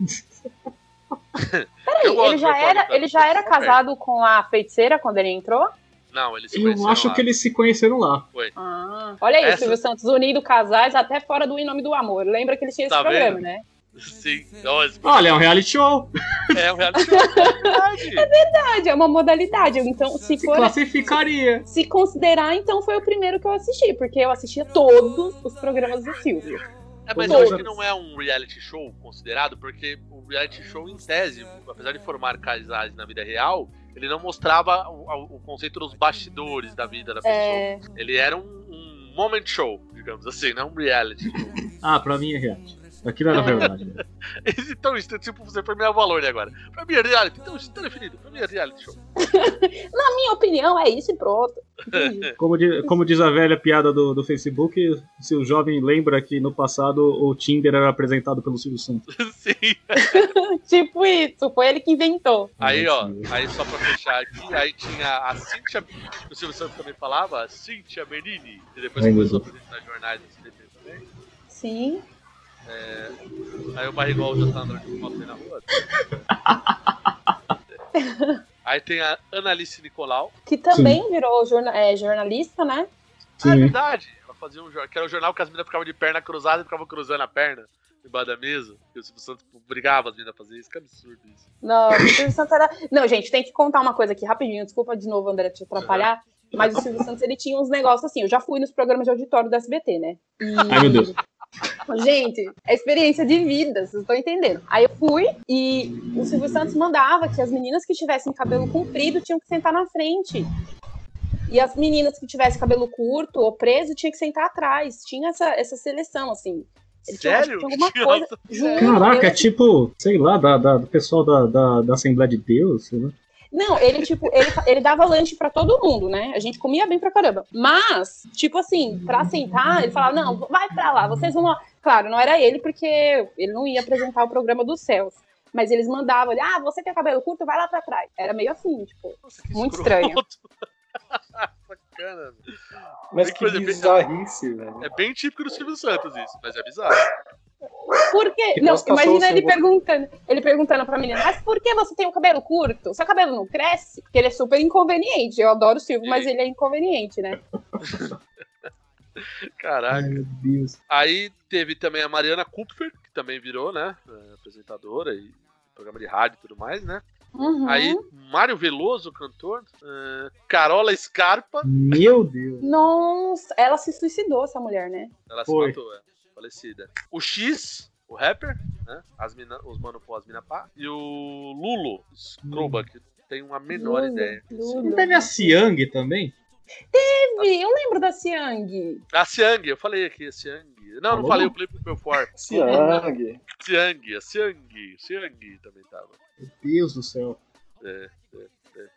[SPEAKER 1] Peraí,
[SPEAKER 5] Eu gosto
[SPEAKER 1] ele já
[SPEAKER 5] do tá? Flávio
[SPEAKER 1] era, ele já era
[SPEAKER 5] Gustavo.
[SPEAKER 1] casado com a feiticeira quando ele entrou?
[SPEAKER 5] Não, eles se
[SPEAKER 2] Eu
[SPEAKER 5] conheceram
[SPEAKER 2] acho
[SPEAKER 5] lá.
[SPEAKER 2] que eles se conheceram lá.
[SPEAKER 1] Ah, olha aí,
[SPEAKER 5] Essa-
[SPEAKER 1] Silvio Santos unindo casais até fora do Em Nome do Amor. Lembra que ele tinha esse
[SPEAKER 5] Tá
[SPEAKER 1] programa,
[SPEAKER 5] vendo?
[SPEAKER 1] né?
[SPEAKER 5] Sim. Ó, esse-
[SPEAKER 2] Olha, é um reality show.
[SPEAKER 5] É um reality show. [LAUGHS] É verdade.
[SPEAKER 1] Verdade, é uma modalidade. Então, se
[SPEAKER 2] Se
[SPEAKER 1] for
[SPEAKER 2] classificaria.
[SPEAKER 1] se considerar, então foi o primeiro que eu assisti, porque eu assistia todos os programas do Silvio.
[SPEAKER 5] É, mas eu acho que não é um reality show considerado, porque o reality show, em tese, apesar de formar casais na vida real, ele não mostrava o, o conceito dos bastidores da vida da pessoa.
[SPEAKER 1] É,
[SPEAKER 5] Ele era um, um moment show, digamos assim, não um reality. [LAUGHS]
[SPEAKER 2] Ah, pra mim é reality. Aquilo era verdade. né?
[SPEAKER 5] então, isso, tipo, você foi meu valor agora. Pra mim é reality. Então, isso tá definido. Pra mim é reality show. [LAUGHS]
[SPEAKER 1] minha opinião é isso e pronto. [LAUGHS] Entendi.
[SPEAKER 2] Como, di- como diz a velha piada do, do Facebook, se o jovem lembra que no passado o Tinder era apresentado pelo Silvio Santos.
[SPEAKER 5] Sim.
[SPEAKER 1] tipo isso, foi ele que inventou.
[SPEAKER 5] Aí,
[SPEAKER 2] Ai,
[SPEAKER 5] ó,
[SPEAKER 2] Deus.
[SPEAKER 5] aí só pra fechar aqui, aí tinha a Cintia, que o Silvio Santos também falava, Cintia Bernini, que depois
[SPEAKER 2] Ai, meu
[SPEAKER 5] começou a apresentar jornais do SBT também.
[SPEAKER 1] Sim.
[SPEAKER 5] Aí o Barrigol já tá andando de moto aí na rua.
[SPEAKER 2] [LAUGHS]
[SPEAKER 5] aí tem a Annalise Nicolau.
[SPEAKER 1] Que também virou jorna- é, jornalista, né?
[SPEAKER 5] Ah, é
[SPEAKER 2] Sim.
[SPEAKER 5] verdade, ela fazia um jornal, que era o jornal que as meninas ficavam de perna cruzada e ficavam cruzando a perna debaixo da mesa. E o Silvio Santos brigava as meninas a fazer isso, que absurdo isso.
[SPEAKER 1] Não, o Silvio Santos era... Não, gente, tem que contar uma coisa aqui rapidinho. Desculpa de novo, André, te atrapalhar. Mas o Silvio Santos, ele tinha uns negócios assim. Eu já fui nos programas de auditório do SBT, né? E-
[SPEAKER 2] Ai, meu Deus.
[SPEAKER 1] Gente, é experiência de vida, vocês não estão entendendo. Aí eu fui e o Silvio Santos mandava que as meninas que tivessem cabelo comprido tinham que sentar na frente. E as meninas que tivessem cabelo curto ou preso tinham que sentar atrás. Tinha essa, essa seleção, assim. Ele tinha-
[SPEAKER 5] Sério?
[SPEAKER 1] Tinha alguma
[SPEAKER 5] [LAUGHS] Que
[SPEAKER 1] coisa.
[SPEAKER 5] alto.
[SPEAKER 1] Juro,
[SPEAKER 2] Caraca, é
[SPEAKER 1] ele-
[SPEAKER 2] tipo, sei lá, da, da- do pessoal da, da, da Assembleia de Deus, sei lá.
[SPEAKER 1] Não, ele, tipo, ele, ele dava lanche pra todo mundo, né? A gente comia bem pra caramba. Mas, tipo assim, pra sentar, ele falava, não, vai pra lá, vocês vão lá. Claro, não era ele, porque ele não ia apresentar o programa dos céus. Mas eles mandavam, ele, ah, você tem cabelo curto, vai lá pra trás. Era meio assim, tipo,
[SPEAKER 5] Nossa, que
[SPEAKER 1] Muito
[SPEAKER 5] escroto. [LAUGHS]
[SPEAKER 1] estranho.
[SPEAKER 5] Bacana, velho.
[SPEAKER 3] Mas
[SPEAKER 5] Por
[SPEAKER 3] que
[SPEAKER 5] exemplo,
[SPEAKER 3] bizarrice, velho.
[SPEAKER 5] É bem típico do Silvio Santos isso, mas é bizarro.
[SPEAKER 1] por quê?
[SPEAKER 3] Que
[SPEAKER 1] Não,
[SPEAKER 3] gostoso, assim,
[SPEAKER 1] imagina ele
[SPEAKER 3] seu gosto.
[SPEAKER 1] perguntando, ele perguntando pra menina, mas por que você tem o cabelo curto? Seu cabelo não cresce? Porque ele é super inconveniente. Eu adoro o Silvio, mas ele é inconveniente, né?
[SPEAKER 5] Caraca.
[SPEAKER 2] Ai, meu Deus.
[SPEAKER 5] Aí teve também a Mariana Kupfer, que também virou, né? eh, Apresentadora e programa de rádio e tudo mais, né?
[SPEAKER 1] Uhum.
[SPEAKER 5] Aí Mário Veloso, cantor. eh, Carola Scarpa.
[SPEAKER 2] Meu Deus.
[SPEAKER 1] Nossa, ela se suicidou, essa mulher, né?
[SPEAKER 5] Ela
[SPEAKER 2] Foi.
[SPEAKER 5] se matou, é. Falecida. O X, o rapper, né? As mina, os mano pô, as mina pá. E o Lulo, Scroba, que tem uma menor
[SPEAKER 1] Lulo,
[SPEAKER 5] ideia.
[SPEAKER 1] Lulo.
[SPEAKER 2] Não teve a Siang também?
[SPEAKER 1] Teve, eu lembro da Siang.
[SPEAKER 5] A Siang, eu falei aqui, a Siang. Não, não
[SPEAKER 2] Falou?
[SPEAKER 5] falei o Felipe Belfort.
[SPEAKER 3] Siang.
[SPEAKER 5] Siang, a Siang, Siang também tava.
[SPEAKER 2] Meu Deus do céu.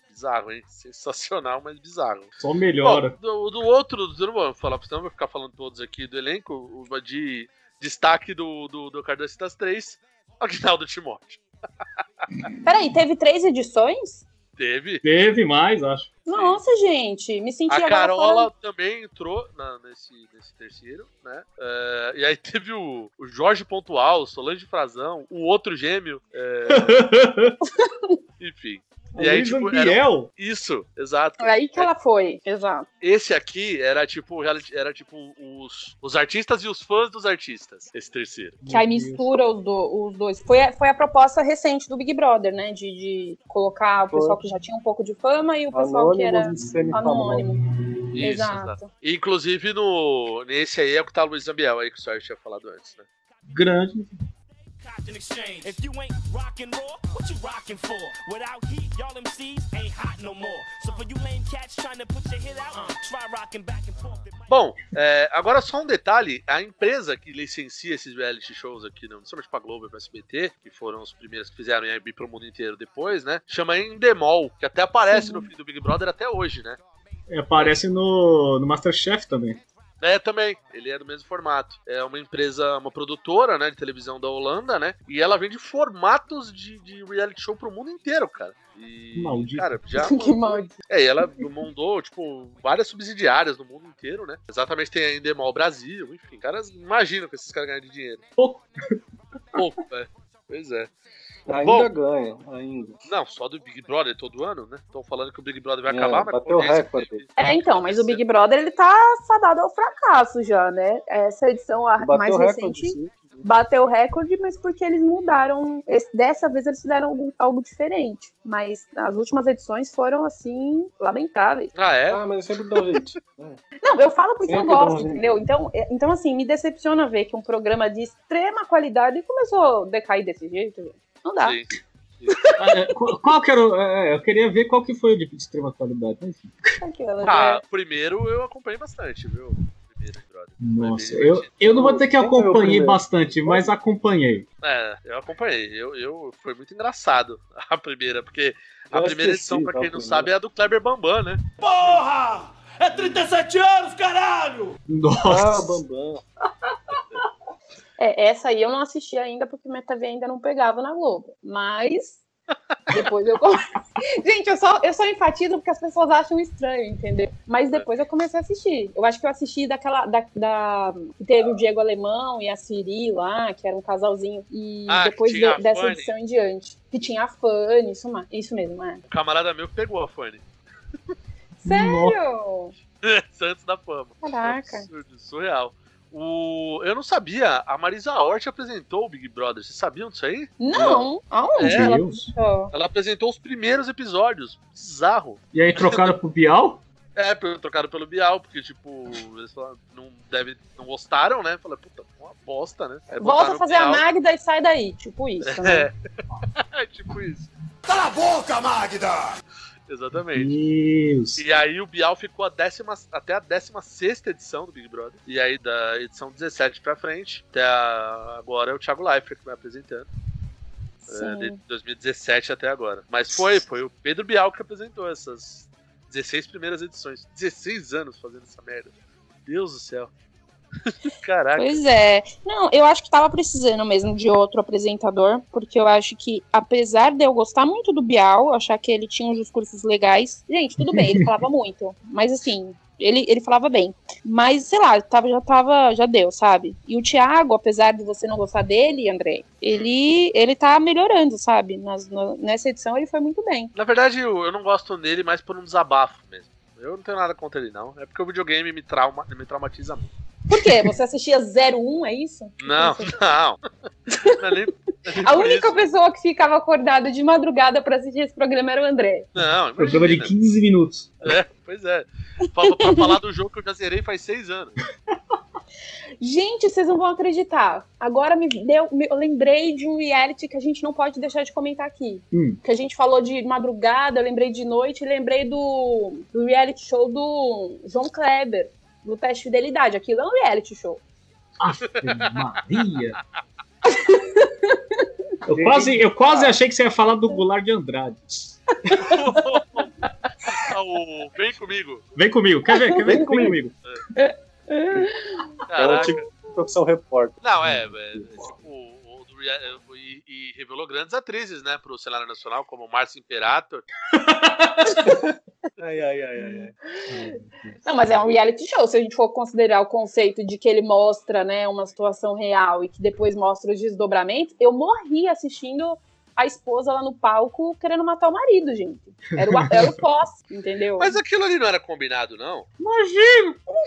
[SPEAKER 5] Bizarro, hein? Sensacional, mas bizarro.
[SPEAKER 2] Só melhora.
[SPEAKER 5] Bom, do, do outro, do, não vou falar, senão eu vou ficar falando todos aqui do elenco, o- de destaque do, do, do Cardança das Três, Agnaldo Timóteo.
[SPEAKER 1] Peraí, teve três edições?
[SPEAKER 5] Teve.
[SPEAKER 2] Teve mais, acho.
[SPEAKER 1] Nossa, gente, me senti
[SPEAKER 5] A
[SPEAKER 1] agora
[SPEAKER 5] Carola
[SPEAKER 1] falando-
[SPEAKER 5] também entrou na- nesse, nesse terceiro, né? Eh, e aí teve o, o Jorge Pontual, Solange Frazão, o outro gêmeo, é, enfim. E aí,
[SPEAKER 2] Luiz
[SPEAKER 5] tipo, era-
[SPEAKER 2] Ambiel.
[SPEAKER 5] Isso, exato.
[SPEAKER 1] É Aí que ela foi, exato.
[SPEAKER 5] Esse aqui era tipo, reality- era tipo os, os artistas e os fãs dos artistas, esse terceiro.
[SPEAKER 1] Que aí
[SPEAKER 2] Meu Deus.
[SPEAKER 1] mistura os, do- os dois. Foi a, foi a proposta recente do Big Brother, né? De, de colocar o
[SPEAKER 3] Foi.
[SPEAKER 1] pessoal que já tinha um pouco de fama e o pessoal que era
[SPEAKER 3] Anônimos e semifamosos.
[SPEAKER 1] anônimo.
[SPEAKER 5] Isso, exato. [LAUGHS]
[SPEAKER 1] Exato.
[SPEAKER 5] E, Inclusive no, nesse aí é o que tá o Luiz Zambiel aí que o Sérgio tinha falado antes, né?
[SPEAKER 2] Grande.
[SPEAKER 9] in exchange. If you ain't rockin' raw, what you rockin' for? Without heat, y'all MCs ain't hot no more. So for you lame cats trying to put your hit out, uh, try rockin' back and forth. It might-
[SPEAKER 5] Bom, é, agora só um detalhe: a empresa que licencia esses reality shows aqui, não somente pra Globo e pra SBT, que foram os primeiros que fizeram e aí pro mundo inteiro depois, né? Chama Endemol, que até aparece no fim do Big Brother até hoje, né?
[SPEAKER 2] É, Aparece no, no Masterchef também.
[SPEAKER 5] É, também. Ele é do mesmo formato. É uma empresa, uma produtora, né, de televisão da Holanda, né? E ela vende formatos de, de reality show pro mundo inteiro, cara. E,
[SPEAKER 2] Maldito.
[SPEAKER 5] cara, já [LAUGHS]
[SPEAKER 1] que maldito.
[SPEAKER 5] É, e ela mandou, tipo, várias subsidiárias no mundo inteiro, né? Exatamente, tem a Endemol Brasil, enfim. Caras imaginam que esses caras ganham de dinheiro.
[SPEAKER 2] Pouco.
[SPEAKER 5] Pouco, é. Pois é.
[SPEAKER 3] Ainda
[SPEAKER 5] Bom.
[SPEAKER 3] ganha, ainda.
[SPEAKER 5] Não, só do Big Brother todo ano, né? Estão falando que o Big Brother vai
[SPEAKER 3] É,
[SPEAKER 5] acabar, mas...
[SPEAKER 3] bateu
[SPEAKER 5] por isso que
[SPEAKER 3] recorde.
[SPEAKER 5] teve-
[SPEAKER 1] É, então, mas o Big Brother, ele tá fadado ao fracasso já, né? Essa edição a- mais
[SPEAKER 3] Bateu recorde.
[SPEAKER 1] recente
[SPEAKER 3] sim.
[SPEAKER 1] bateu recorde, mas porque eles mudaram. esse- dessa vez eles fizeram algo, algo diferente. Mas as últimas edições foram assim, lamentáveis.
[SPEAKER 5] Ah, é?
[SPEAKER 3] Ah, mas sempre dá um jeito. É.
[SPEAKER 1] Não, eu falo porque eu
[SPEAKER 3] Sempre
[SPEAKER 1] gosto,
[SPEAKER 3] bom, né?
[SPEAKER 1] entendeu? Então, é- então, assim, me decepciona ver que um programa de extrema qualidade começou a decair desse jeito. gente. Não dá.
[SPEAKER 5] Sim.
[SPEAKER 2] Ah, é, qual, qual que era o- é, eu queria ver qual que foi o de extrema qualidade. mas enfim.
[SPEAKER 1] Aquela,
[SPEAKER 5] Ah,
[SPEAKER 1] né?
[SPEAKER 5] o primeiro eu acompanhei bastante, viu? O Primeiro Big Brother.
[SPEAKER 2] Nossa, eu, eu não vou dizer que
[SPEAKER 3] Quem ganhou o
[SPEAKER 2] acompanhei
[SPEAKER 3] primeiro?
[SPEAKER 2] bastante, mas acompanhei.
[SPEAKER 5] É, eu acompanhei. Eu, eu, foi muito engraçado a primeira, porque a
[SPEAKER 3] Eu
[SPEAKER 5] primeira
[SPEAKER 3] esqueci
[SPEAKER 5] edição, pra
[SPEAKER 3] qual
[SPEAKER 5] quem não
[SPEAKER 3] foi, né?
[SPEAKER 5] sabe, é a do Kleber Bambam, né?
[SPEAKER 9] Porra! É 37 anos, caralho!
[SPEAKER 3] Ah,
[SPEAKER 2] [LAUGHS] Nossa,
[SPEAKER 3] Bambam.
[SPEAKER 1] É, essa aí eu não assisti ainda porque minha TV ainda não pegava na Globo.
[SPEAKER 5] [LAUGHS]
[SPEAKER 1] Mas depois eu comecei. Gente, eu só, eu só enfatizo porque as pessoas acham estranho, entendeu? Mas depois eu comecei a assistir. Eu acho que eu assisti daquela. Da, da- que teve o Diego Alemão e a Siri lá, que era um casalzinho. E
[SPEAKER 5] Ah, que
[SPEAKER 1] depois
[SPEAKER 5] tinha
[SPEAKER 1] de-
[SPEAKER 5] a
[SPEAKER 1] dessa
[SPEAKER 5] Fanny.
[SPEAKER 1] edição em diante. Que tinha a Fanny, isso, ma- isso mesmo, é.
[SPEAKER 5] Um camarada meu que pegou a [LAUGHS] fone.
[SPEAKER 1] Sério?
[SPEAKER 5] Santos da Fama. É um
[SPEAKER 1] Caraca.
[SPEAKER 5] Absurdo, surreal. O... Eu não sabia, a Marisa Hort apresentou o Big Brother. Vocês sabiam disso aí?
[SPEAKER 1] Não! Aonde
[SPEAKER 5] É.
[SPEAKER 1] ela
[SPEAKER 2] Deus.
[SPEAKER 1] ela
[SPEAKER 5] Ela apresentou os primeiros episódios. Bizarro.
[SPEAKER 2] E aí trocaram pro Bial?
[SPEAKER 5] É, pelo- trocaram pelo Bial, porque, tipo, eles falaram, não, deve, não gostaram, né? Falaram, puta, uma bosta, né? Aí
[SPEAKER 1] Volta
[SPEAKER 5] botaram
[SPEAKER 1] a
[SPEAKER 5] o
[SPEAKER 1] fazer a
[SPEAKER 5] Bial.
[SPEAKER 1] Magda e sai daí. Tipo isso,
[SPEAKER 5] [LAUGHS]
[SPEAKER 1] né?
[SPEAKER 5] É, tipo isso.
[SPEAKER 6] Cala a boca, Magda!
[SPEAKER 5] Exatamente.
[SPEAKER 2] Deus.
[SPEAKER 5] E aí o Bial ficou a décima, até a 16 edição do Big Brother. E aí da edição 17 pra frente, até a- agora é o Thiago Leifert que vai apresentando. é, de
[SPEAKER 1] Sim.
[SPEAKER 5] 2017 até agora. Mas foi, foi o Pedro Bial que apresentou essas 16 primeiras edições. 16 anos fazendo essa merda. Deus do céu. [LAUGHS] Caraca.
[SPEAKER 1] Pois é. Não, eu acho que tava precisando mesmo de outro apresentador, porque eu acho que, apesar de eu gostar muito do Bial, achar que ele tinha uns discursos legais. Gente, tudo bem, ele falava muito. Mas assim, ele, ele falava bem. Mas, sei lá, tava, já tava, já deu, sabe? E o Thiago, apesar de você não gostar dele, André, ele, ele tá melhorando, sabe? Nas- na- nessa edição ele foi muito bem.
[SPEAKER 5] Na verdade, eu, eu não gosto dele mais por um desabafo mesmo. Eu não tenho nada contra ele, não. É porque o videogame me, trauma, me traumatiza muito.
[SPEAKER 1] Por quê? Você assistia 01, é isso?
[SPEAKER 5] Não,
[SPEAKER 1] [LAUGHS]
[SPEAKER 5] não. Não é nem- não é nem
[SPEAKER 1] A
[SPEAKER 5] por
[SPEAKER 1] única
[SPEAKER 5] isso.
[SPEAKER 1] pessoa que ficava acordada de madrugada pra assistir esse programa era o André.
[SPEAKER 5] Não, imagina.
[SPEAKER 2] Programa de 15 minutos.
[SPEAKER 5] É, pois é. Pra, pra falar do jogo que eu já zerei faz seis anos. [LAUGHS]
[SPEAKER 1] Gente, vocês não vão acreditar. Agora me deu, me- eu lembrei de um reality que a gente não pode deixar de comentar aqui.
[SPEAKER 2] Hum.
[SPEAKER 1] Que a gente falou de madrugada, eu lembrei de noite, e lembrei do, do reality show do João Kleber, do teste de fidelidade. Aquilo é um reality show.
[SPEAKER 2] Maria. Eu quase, eu quase achei que você ia falar do Goulart de Andrade.
[SPEAKER 5] Ah, o- Vem comigo.
[SPEAKER 2] Vem comigo, quer ver? Quer ver?
[SPEAKER 3] Vem
[SPEAKER 2] Vem
[SPEAKER 3] comigo.
[SPEAKER 2] comigo.
[SPEAKER 3] Ela
[SPEAKER 5] Caraca.
[SPEAKER 3] tinha É tipo profissão repórter.
[SPEAKER 5] Não, é. é, é, tipo, o, o do rea- é, o- e, e revelou grandes atrizes, né, pro cenário nacional, como Márcio Imperator.
[SPEAKER 3] Ai, ai, ai, ai. ai.
[SPEAKER 1] Não, mas é um reality show. Se a gente for considerar o conceito de que ele mostra, né, uma situação real e que depois mostra os desdobramentos, eu morri assistindo a esposa lá no palco querendo matar o marido, gente. Era o, era o pós, entendeu?
[SPEAKER 5] Mas aquilo ali não era combinado, não?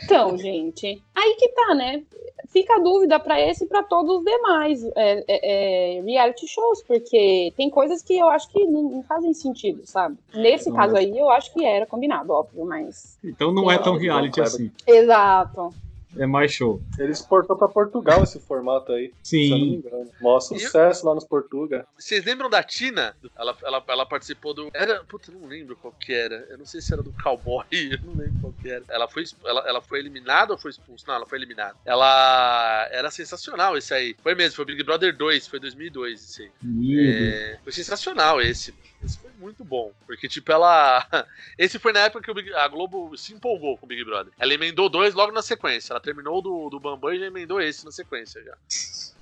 [SPEAKER 1] Então, gente, aí que tá, né? Fica a dúvida pra esse e pra todos os demais é, é, é, reality shows, porque tem coisas que eu acho que não, não fazem sentido, sabe? Nesse
[SPEAKER 2] Não,
[SPEAKER 5] né?
[SPEAKER 1] caso aí, eu acho que era combinado, óbvio, mas.
[SPEAKER 2] Então não é tão reality assim.
[SPEAKER 1] Exato.
[SPEAKER 2] É mais show.
[SPEAKER 3] Ele exportou pra Portugal esse formato aí, se eu não me
[SPEAKER 2] Sim.
[SPEAKER 3] engano. Mó sucesso lá nos Portuga.
[SPEAKER 5] Vocês lembram da Tina? Ela, ela, ela participou do. Era. Puta, eu não lembro qual que era. Eu não sei se era do cowboy, [LAUGHS] eu não lembro qual que era. Ela foi, exp- ela, ela foi eliminada ou foi expulsa? Não, ela foi eliminada. Ela. Era sensacional esse aí. Foi mesmo, foi Big Brother 2, foi 2002 esse aí.
[SPEAKER 2] Lindo.
[SPEAKER 5] É, foi sensacional esse. Esse foi muito bom. Porque, tipo, ela. [LAUGHS] Esse foi na época que o Big- a Globo se empolgou com o Big Brother. Ela emendou dois logo na sequência. Ela terminou do, do Bambam e já emendou esse na sequência já.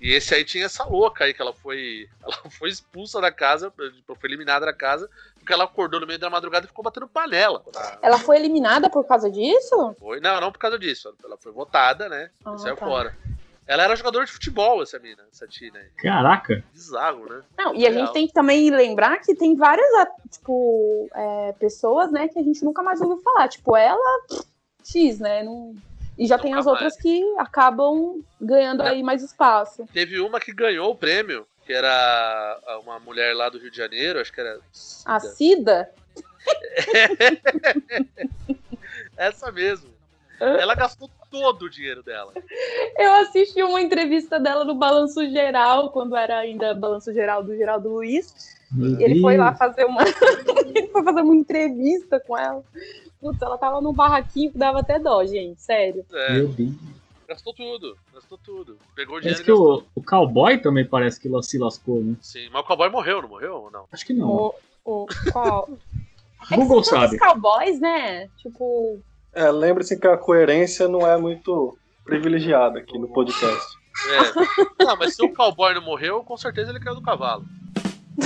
[SPEAKER 5] E esse aí tinha essa louca aí, que ela foi. [LAUGHS] Ela foi expulsa da casa, tipo, foi eliminada da casa, porque ela acordou no meio da madrugada e ficou batendo panela.
[SPEAKER 1] Ela foi eliminada por causa disso?
[SPEAKER 5] Foi- não, não por causa disso. Ela foi votada, né? E
[SPEAKER 1] Ah,
[SPEAKER 5] saiu
[SPEAKER 1] tá.
[SPEAKER 5] fora. Ela era jogadora de futebol, essa mina, essa Tina aí.
[SPEAKER 2] Caraca.
[SPEAKER 5] Bizarro, né?
[SPEAKER 1] Não, e a
[SPEAKER 5] Real.
[SPEAKER 1] gente tem que também lembrar que tem várias, a- tipo, é, pessoas, né, que a gente nunca mais ouviu falar. Tipo, ela, pff, X, né? não- E já tem
[SPEAKER 5] Nunca
[SPEAKER 1] as outras que acabam ganhando aí mais espaço.
[SPEAKER 5] Teve uma que ganhou o prêmio, que era uma mulher lá do Rio de Janeiro, acho que era.
[SPEAKER 1] A Cida?
[SPEAKER 5] Essa mesmo. Ela gastou todo o dinheiro dela.
[SPEAKER 1] Eu assisti uma entrevista dela no Balanço Geral, quando era ainda Balanço Geral do Geraldo Luiz. E ele foi lá fazer uma. [LAUGHS] ele foi fazer uma entrevista com ela. Putz, ela tava num barraquinho que dava até dó, gente, sério.
[SPEAKER 5] É,
[SPEAKER 2] Meu Deus.
[SPEAKER 5] gastou tudo. Gastou tudo. Pegou o
[SPEAKER 2] Parece
[SPEAKER 5] dinheiro e
[SPEAKER 2] que
[SPEAKER 5] gastou.
[SPEAKER 2] o, o cowboy também parece que se lascou, né?
[SPEAKER 5] Sim, mas o cowboy morreu, não morreu ou não?
[SPEAKER 2] Acho que não.
[SPEAKER 1] O, o, qual? É que
[SPEAKER 2] Hum. [LAUGHS] Google
[SPEAKER 1] são todos
[SPEAKER 2] sabe.
[SPEAKER 1] cowboys, né? Tipo,
[SPEAKER 3] É, lembre-se que a coerência não é muito privilegiada aqui no podcast.
[SPEAKER 2] [LAUGHS]
[SPEAKER 5] É. Não, mas se o cowboy não morreu, com certeza ele caiu do cavalo. [LAUGHS]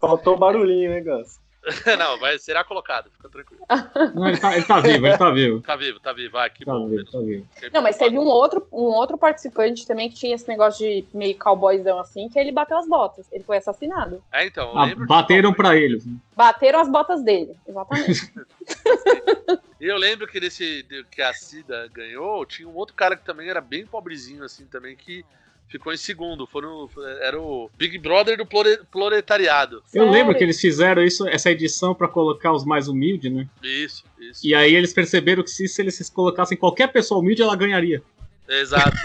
[SPEAKER 3] Faltou barulhinho, hein, Gus?
[SPEAKER 5] Não, vai, será colocado, fica tranquilo.
[SPEAKER 2] Não, ele tá, ele tá vivo, ele tá vivo.
[SPEAKER 5] Tá vivo, [LAUGHS] tá vivo, vai, que
[SPEAKER 2] Tá
[SPEAKER 5] bom.
[SPEAKER 2] vivo, tá vivo.
[SPEAKER 1] Não, mas teve um outro, um outro participante também que tinha esse negócio de meio cowboyzão assim, que ele bateu as botas. Ele foi assassinado.
[SPEAKER 5] É, então, eu
[SPEAKER 2] Ah,
[SPEAKER 5] lembro. de
[SPEAKER 2] bateram
[SPEAKER 5] cowboy.
[SPEAKER 2] pra ele.
[SPEAKER 1] Bateram as botas dele, exatamente.
[SPEAKER 5] E eu lembro que nesse de- que a Cida ganhou, tinha um outro cara que também era bem pobrezinho, assim, também, que ficou em segundo. Foram, era o Big Brother do plore- proletariado.
[SPEAKER 2] [LAUGHS] Eu lembro
[SPEAKER 1] Sério?
[SPEAKER 2] que eles fizeram isso, essa edição pra colocar os mais humildes, né?
[SPEAKER 5] Isso, isso. Isso.
[SPEAKER 2] E aí eles perceberam que se, se eles colocassem qualquer pessoa humilde, ela ganharia.
[SPEAKER 5] Exato.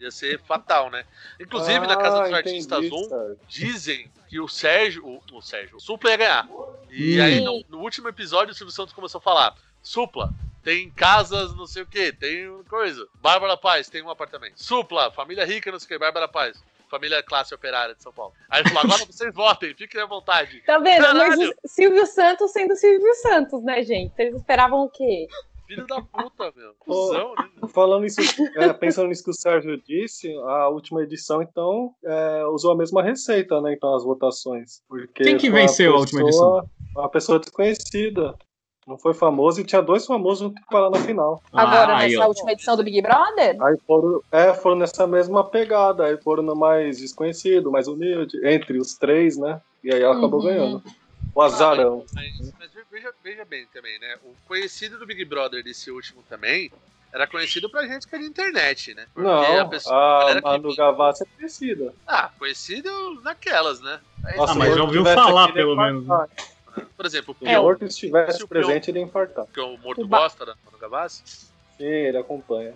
[SPEAKER 5] Ia ser fatal, né? Inclusive, na casa dos
[SPEAKER 3] Ah,
[SPEAKER 5] artistas
[SPEAKER 3] entendi,
[SPEAKER 5] 1,
[SPEAKER 3] sabe?
[SPEAKER 5] dizem que o Sérgio. O, o Sérgio, o Supla ia ganhar. E
[SPEAKER 2] Hum.
[SPEAKER 5] aí, no, no último episódio, o Silvio Santos começou a falar: Supla, tem casas, não sei o que, tem coisa. Bárbara Paz, tem um apartamento. Supla, família rica, não sei o que, Bárbara Paz. Família classe operária de São Paulo. Aí ele falou: agora vocês votem, fiquem à vontade.
[SPEAKER 1] Tá vendo? Mas
[SPEAKER 5] Caralho!
[SPEAKER 1] o Silvio Santos sendo Silvio Santos, né, gente? Eles esperavam o quê?
[SPEAKER 5] Filho da puta, meu. Cusão, né?
[SPEAKER 3] Falando isso, é, pensando nisso que o Sérgio disse, a última edição, então, é, usou a mesma receita, né? Então, as votações. Porque
[SPEAKER 2] Quem que
[SPEAKER 3] foi uma
[SPEAKER 2] venceu a última
[SPEAKER 3] pessoa- Uma pessoa desconhecida. Não foi famoso e tinha dois famosos para na final.
[SPEAKER 1] Agora,
[SPEAKER 2] Ah, aí,
[SPEAKER 1] nessa
[SPEAKER 2] ó.
[SPEAKER 1] última edição do Big Brother?
[SPEAKER 3] Aí foram, é, foram nessa mesma pegada. Aí foram no mais desconhecido, mais humilde, entre os três, né? E aí ela acabou
[SPEAKER 1] Uhum.
[SPEAKER 3] ganhando. O azarão.
[SPEAKER 5] Mas, mas veja, veja bem também, né? O conhecido do Big Brother desse último também era conhecido pra gente que é de internet, né? Porque
[SPEAKER 3] Não,
[SPEAKER 5] a pessoa.
[SPEAKER 3] a,
[SPEAKER 5] galera que
[SPEAKER 3] Manu
[SPEAKER 5] vinha-
[SPEAKER 3] Gavassi é conhecida.
[SPEAKER 5] Ah, conhecido naquelas, né? Aí,
[SPEAKER 2] Ah, mas
[SPEAKER 3] se
[SPEAKER 2] já ouviu
[SPEAKER 3] tivesse
[SPEAKER 2] falar,
[SPEAKER 3] aqui, ele
[SPEAKER 2] pelo
[SPEAKER 3] ia
[SPEAKER 2] menos, né?
[SPEAKER 3] infartar.
[SPEAKER 5] Por exemplo, o
[SPEAKER 3] Se
[SPEAKER 5] que
[SPEAKER 3] o
[SPEAKER 5] eu-
[SPEAKER 3] Morto estivesse
[SPEAKER 5] se o
[SPEAKER 3] presente, ele ia infartar.
[SPEAKER 5] que é o Morto
[SPEAKER 1] É, O ba-
[SPEAKER 5] gosta da Manu Gavassi.
[SPEAKER 3] Sim, ele acompanha.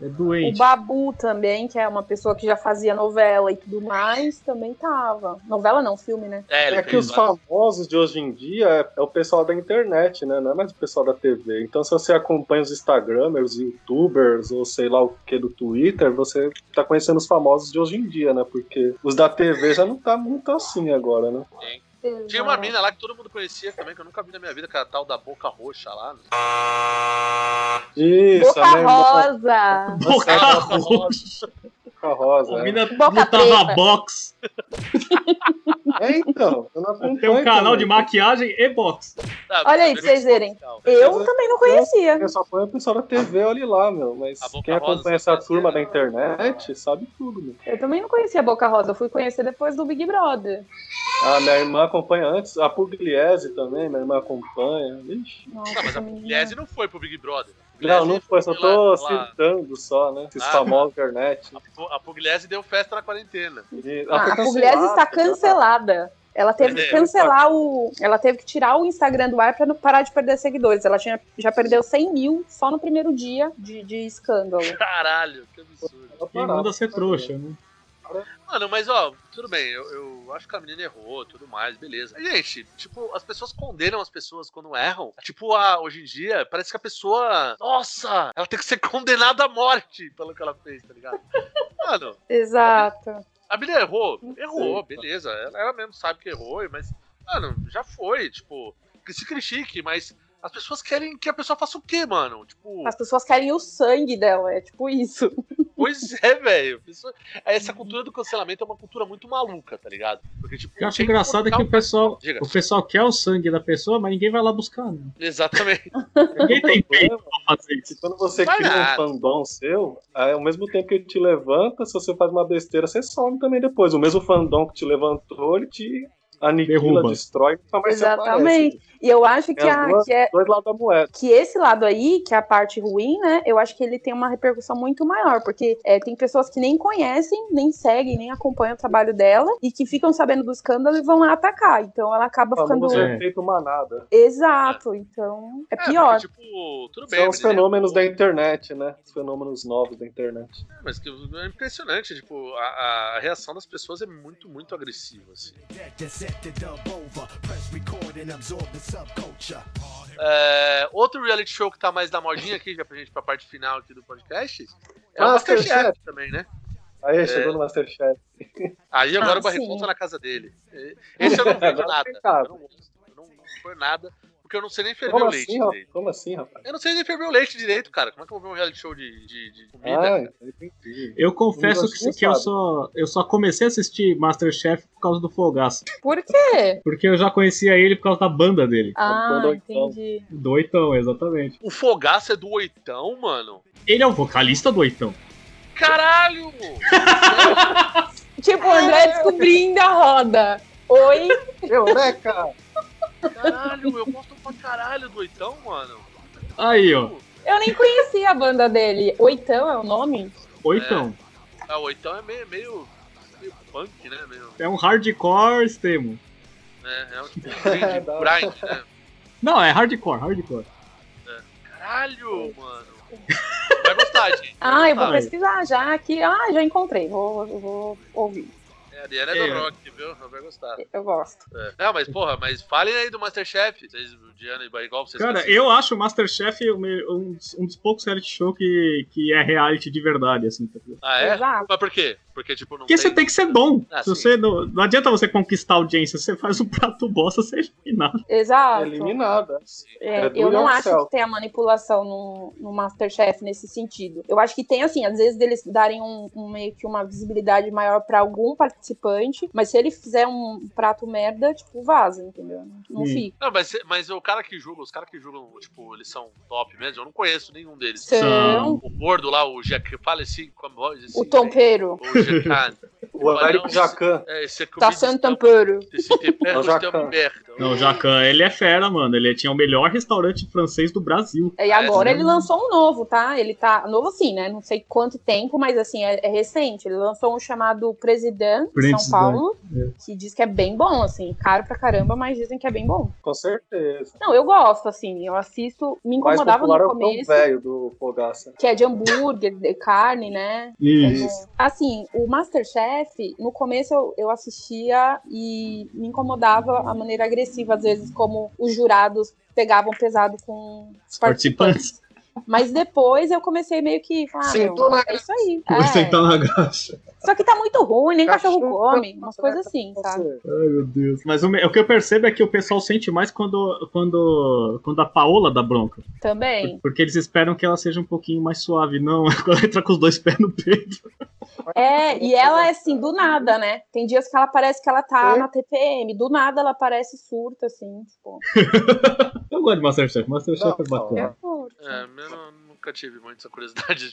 [SPEAKER 2] É
[SPEAKER 1] O
[SPEAKER 2] doente.
[SPEAKER 1] Babu também, que é uma pessoa que já fazia novela e tudo mais, também tava. Novela não, filme, né?
[SPEAKER 5] É, ele
[SPEAKER 3] É que
[SPEAKER 5] fez
[SPEAKER 3] os
[SPEAKER 5] vários-
[SPEAKER 3] famosos de hoje em dia é, é o pessoal da internet, né? Não é mais o pessoal da TV. Então, se você acompanha os Instagramers, YouTubers ou sei lá o que do Twitter, você tá conhecendo os famosos de hoje em dia, né? Porque os da TV já não tá muito assim agora, né?
[SPEAKER 5] Tinha
[SPEAKER 1] é.
[SPEAKER 5] uma mina lá que todo mundo conhecia também, que eu nunca vi na minha vida, que era a tal da Boca Roxa lá. né?
[SPEAKER 3] Isso,
[SPEAKER 1] Boca
[SPEAKER 3] a minha irmã-
[SPEAKER 1] Rosa!
[SPEAKER 2] Boca né?
[SPEAKER 5] Nossa,
[SPEAKER 2] roxa.
[SPEAKER 3] Boca Rosa.
[SPEAKER 2] A
[SPEAKER 3] é.
[SPEAKER 2] mina
[SPEAKER 1] Boca
[SPEAKER 2] lutava
[SPEAKER 1] preta.
[SPEAKER 2] box.
[SPEAKER 3] É, então, eu não
[SPEAKER 2] [LAUGHS]
[SPEAKER 3] acompanho.
[SPEAKER 2] Tem um canal de
[SPEAKER 3] também.
[SPEAKER 2] maquiagem e box.
[SPEAKER 5] Ah,
[SPEAKER 1] Olha aí,
[SPEAKER 5] primeiro
[SPEAKER 1] pra vocês verem.
[SPEAKER 5] social.
[SPEAKER 1] Eu também não conhecia.
[SPEAKER 3] Eu só ponho o pessoal da TV, olha lá, meu. Mas
[SPEAKER 5] A Boca
[SPEAKER 3] quem
[SPEAKER 5] Rosa, é
[SPEAKER 3] acompanha
[SPEAKER 5] você
[SPEAKER 3] essa
[SPEAKER 5] conhece
[SPEAKER 3] turma
[SPEAKER 5] ela?
[SPEAKER 3] da internet sabe tudo, meu.
[SPEAKER 1] Eu também não conhecia a Boca Rosa, eu fui conhecer depois do Big Brother.
[SPEAKER 5] Tá,
[SPEAKER 3] A Ah, minha irmã acompanha antes, a Pugliese também, minha irmã acompanha. Ixi.
[SPEAKER 1] Nossa,
[SPEAKER 5] Não, mas a
[SPEAKER 1] menina.
[SPEAKER 5] Pugliese não foi pro Big Brother. A
[SPEAKER 3] Não,
[SPEAKER 5] Pugliese
[SPEAKER 3] não foi, só
[SPEAKER 5] foi lá-
[SPEAKER 3] tô assim.
[SPEAKER 5] lá-
[SPEAKER 3] citando só, né? Esses
[SPEAKER 5] Ah,
[SPEAKER 3] famosos internet.
[SPEAKER 5] A Pugliese deu festa na quarentena.
[SPEAKER 3] E- né? ela
[SPEAKER 1] Ah,
[SPEAKER 3] foi
[SPEAKER 1] a Pugliese está
[SPEAKER 3] cancelada.
[SPEAKER 1] cancelada. Ela teve que
[SPEAKER 5] É,
[SPEAKER 1] cancelar o. Ela teve que tirar o Instagram do ar para não parar de perder seguidores. Ela tinha, já perdeu 100 mil só no primeiro dia de, de escândalo.
[SPEAKER 5] Caralho, que absurdo.
[SPEAKER 3] Ela
[SPEAKER 2] Quem
[SPEAKER 3] parou.
[SPEAKER 2] manda ser trouxa, né?
[SPEAKER 5] Mano, mas ó, tudo bem, eu, eu acho que a menina errou, tudo mais, beleza. Mas, Gente, tipo, as pessoas condenam as pessoas quando erram. Tipo, a, hoje em dia, parece que a pessoa. Nossa! Ela tem que ser condenada à morte pelo que ela fez,
[SPEAKER 2] [LAUGHS]
[SPEAKER 5] tá ligado? Mano,
[SPEAKER 1] Exato.
[SPEAKER 5] a menina errou, errou,
[SPEAKER 3] cara.
[SPEAKER 5] beleza. Ela, ela mesmo sabe que errou, mas, mano, já foi, tipo, que se critique, mas as pessoas querem que a pessoa faça o quê, mano? Tipo.
[SPEAKER 1] As pessoas querem o sangue dela, é tipo isso.
[SPEAKER 5] Pois é, velho. Pessoa- Essa cultura do cancelamento é uma cultura muito maluca, tá ligado? Porque, tipo,
[SPEAKER 2] O que eu acho
[SPEAKER 5] tem
[SPEAKER 2] engraçado é que
[SPEAKER 5] colocar
[SPEAKER 2] o pessoal,
[SPEAKER 5] Diga.
[SPEAKER 2] o pessoal quer o sangue da pessoa, mas ninguém vai lá buscar. Né?
[SPEAKER 5] Exatamente.
[SPEAKER 2] Ninguém tem peito
[SPEAKER 3] problema
[SPEAKER 2] pra fazer
[SPEAKER 3] é que
[SPEAKER 2] isso.
[SPEAKER 3] Quando você
[SPEAKER 5] Vai
[SPEAKER 3] cria
[SPEAKER 5] nada.
[SPEAKER 3] um fandom seu, aí, ao mesmo tempo que ele te levanta, se você faz uma besteira, você some também depois. O mesmo fandom que te levantou, ele te aniquila,
[SPEAKER 2] Derruba.
[SPEAKER 3] destrói, nunca mais se aparece.
[SPEAKER 1] Exatamente. E eu acho que,
[SPEAKER 3] É
[SPEAKER 1] a,
[SPEAKER 3] as duas-
[SPEAKER 1] que, é,
[SPEAKER 3] Dois lados da moeda.
[SPEAKER 1] que esse lado aí, que é a parte ruim, né? Eu acho que ele tem uma repercussão muito maior, porque é, tem pessoas que nem conhecem, nem seguem, nem acompanham o trabalho dela e que ficam sabendo do escândalo e vão lá atacar. Então ela acaba ficando.
[SPEAKER 3] Famoso
[SPEAKER 2] É.
[SPEAKER 3] efeito manada.
[SPEAKER 1] Exato, então é
[SPEAKER 5] É,
[SPEAKER 1] pior.
[SPEAKER 5] porque, tipo, tudo bem.
[SPEAKER 3] São os
[SPEAKER 5] mas ele é
[SPEAKER 3] fenômenos
[SPEAKER 5] bom,
[SPEAKER 3] da internet, né? Os fenômenos novos da internet.
[SPEAKER 5] Mas que é impressionante, tipo, a, a reação das pessoas é muito, muito agressiva, assim. É, outro reality show que tá mais na modinha aqui, já pra gente pra parte final aqui do podcast, é o
[SPEAKER 3] Ah, Masterchef.
[SPEAKER 5] Masterchef também, né?
[SPEAKER 3] Aí chegou no
[SPEAKER 5] É.
[SPEAKER 3] Masterchef.
[SPEAKER 5] Aí agora
[SPEAKER 1] Ah,
[SPEAKER 5] o Barricão
[SPEAKER 1] sim.
[SPEAKER 5] tá na casa dele.
[SPEAKER 3] [LAUGHS]
[SPEAKER 5] Esse eu não vejo
[SPEAKER 3] Agora
[SPEAKER 5] nada.
[SPEAKER 3] tem casa.
[SPEAKER 5] Eu não, eu não, não foi nada, porque eu não sei nem ferver
[SPEAKER 3] Como
[SPEAKER 5] o
[SPEAKER 3] assim,
[SPEAKER 5] leite
[SPEAKER 3] rapaz?
[SPEAKER 5] dele.
[SPEAKER 3] Como assim, rapaz?
[SPEAKER 5] Eu não sei nem ferver o leite direito, cara. Como é que eu vou ver um reality show de, de, de comida?
[SPEAKER 3] Ah, entendi.
[SPEAKER 2] Eu confesso que,
[SPEAKER 3] Você
[SPEAKER 2] que eu,
[SPEAKER 3] sabe.
[SPEAKER 2] só, eu só comecei a assistir Masterchef por causa do Fogaço.
[SPEAKER 5] tipo,
[SPEAKER 1] Por quê?
[SPEAKER 2] Porque eu já conhecia ele por causa da banda dele.
[SPEAKER 1] Ah,
[SPEAKER 3] Mandou então.
[SPEAKER 1] entendi.
[SPEAKER 2] Do Oitão, exatamente.
[SPEAKER 5] O fogaço é do oitão, mano?
[SPEAKER 2] Ele é o vocalista do Oitão.
[SPEAKER 5] Caralho!
[SPEAKER 1] Tipo, o
[SPEAKER 5] É.
[SPEAKER 1] André descobrindo a roda. Oi,
[SPEAKER 3] Eureka!
[SPEAKER 5] Caralho, eu gosto pra caralho do oitão, mano.
[SPEAKER 2] Aí, ó.
[SPEAKER 1] eu nem conhecia a banda dele. Oitão é o nome?
[SPEAKER 2] Oitão.
[SPEAKER 5] Ah, o oitão é meio, meio, meio punk, né? Meio,
[SPEAKER 2] É, um hardcore extremo.
[SPEAKER 5] né? É um tipo de grind, grind, né?
[SPEAKER 2] Não, é hardcore, hardcore.
[SPEAKER 5] Caralho, mano. Vai gostar, gente.
[SPEAKER 1] Ah, eu vou
[SPEAKER 2] Ah,
[SPEAKER 1] pesquisar já aqui. Ah, já encontrei. Vou, eu vou ouvir.
[SPEAKER 5] É, a Ariana é
[SPEAKER 2] É.
[SPEAKER 5] do rock, viu? Vai gostar.
[SPEAKER 1] Eu gosto.
[SPEAKER 5] É. Não, mas porra, mas falem aí do Masterchef. Vocês, o Diana e Barigol, vocês
[SPEAKER 2] Cara,
[SPEAKER 5] assistem?
[SPEAKER 2] eu acho o Masterchef o me- um, dos- um dos poucos reality show que, que é reality de verdade, assim. tá ligado?
[SPEAKER 5] Ah, é?
[SPEAKER 1] Exato.
[SPEAKER 5] Mas por quê? Porque, tipo, não
[SPEAKER 2] Porque você
[SPEAKER 5] tem...
[SPEAKER 2] tem que ser bom.
[SPEAKER 5] Ah,
[SPEAKER 2] Se
[SPEAKER 5] sim.
[SPEAKER 2] você não, não adianta você conquistar a audiência, você faz um [LAUGHS] prato bosta, você é eliminado.
[SPEAKER 1] Exato.
[SPEAKER 3] eliminada.
[SPEAKER 1] É,
[SPEAKER 3] É do
[SPEAKER 1] eu não acho
[SPEAKER 3] yourself.
[SPEAKER 1] que tem a manipulação no, no Masterchef nesse sentido. Eu acho que tem, assim, às vezes deles darem um, um meio que uma visibilidade maior pra algum participante, mas se ele fizer um prato merda, tipo, vaza, entendeu? Não
[SPEAKER 2] Hum.
[SPEAKER 1] fica.
[SPEAKER 5] Não, mas, mas o cara que julga, os caras que julgam, tipo, eles são top mesmo, eu não conheço nenhum deles.
[SPEAKER 1] São
[SPEAKER 5] O gordo lá, o Jack, fala assim, como voz assim,
[SPEAKER 1] o tompeiro.
[SPEAKER 5] O Jacan.
[SPEAKER 3] [LAUGHS] O Américo Jacan.
[SPEAKER 5] É, esse é comida
[SPEAKER 1] Tá
[SPEAKER 5] de
[SPEAKER 1] sendo
[SPEAKER 5] tam-
[SPEAKER 1] tampeiro.
[SPEAKER 5] Esse tempo é
[SPEAKER 3] É o Jacan.
[SPEAKER 2] Não, o Jacan, ele é fera, mano. Ele tinha o melhor restaurante francês do Brasil.
[SPEAKER 1] E agora ele lançou um novo, tá? Ele tá. Novo assim, né? Não sei quanto tempo, mas assim, é, é recente. Ele lançou um chamado President, em
[SPEAKER 2] President,
[SPEAKER 1] São Paulo, que diz que é bem bom, assim, caro pra caramba, mas dizem que é bem bom.
[SPEAKER 3] Com certeza.
[SPEAKER 1] Não, eu gosto, assim, eu assisto, me
[SPEAKER 3] O mais
[SPEAKER 1] incomodava
[SPEAKER 3] popular é
[SPEAKER 1] no
[SPEAKER 3] o pão
[SPEAKER 1] começo.
[SPEAKER 3] velho do Fogaça.
[SPEAKER 1] Que é de hambúrguer, de carne, né?
[SPEAKER 2] Isso.
[SPEAKER 3] Isso.
[SPEAKER 1] Assim, o Masterchef, no começo eu, eu assistia e me incomodava a maneira agressiva, às vezes, como os jurados pegavam pesado com os participantes.
[SPEAKER 2] Participantes.
[SPEAKER 1] Mas depois eu comecei meio que. Ah,
[SPEAKER 3] Sentou
[SPEAKER 1] meu,
[SPEAKER 3] na
[SPEAKER 1] é isso aí.
[SPEAKER 2] Vou
[SPEAKER 1] é.
[SPEAKER 2] sentar tá na graxa.
[SPEAKER 1] Só que tá muito ruim, nem cachorro,
[SPEAKER 3] Cachorro, tá
[SPEAKER 1] come. Umas
[SPEAKER 3] nossa,
[SPEAKER 1] coisas
[SPEAKER 3] vai
[SPEAKER 1] assim,
[SPEAKER 3] Com
[SPEAKER 1] sabe?
[SPEAKER 3] certeza.
[SPEAKER 2] Ai, meu Deus. Mas o, me- o que eu percebo é que o pessoal sente mais quando, quando, quando a Paola dá bronca.
[SPEAKER 1] Também.
[SPEAKER 2] Porque eles esperam que ela seja um pouquinho mais suave. Não, [LAUGHS] é ela entra com os dois pés no peito.
[SPEAKER 1] É, e ela é assim, do nada, né? Tem dias que ela parece que ela tá
[SPEAKER 3] É.
[SPEAKER 1] na TPM, do nada ela parece surta, assim, tipo.
[SPEAKER 2] Eu gosto de Masterchef. Masterchef
[SPEAKER 3] Não,
[SPEAKER 2] é bacana.
[SPEAKER 5] É, eu nunca tive muito essa curiosidade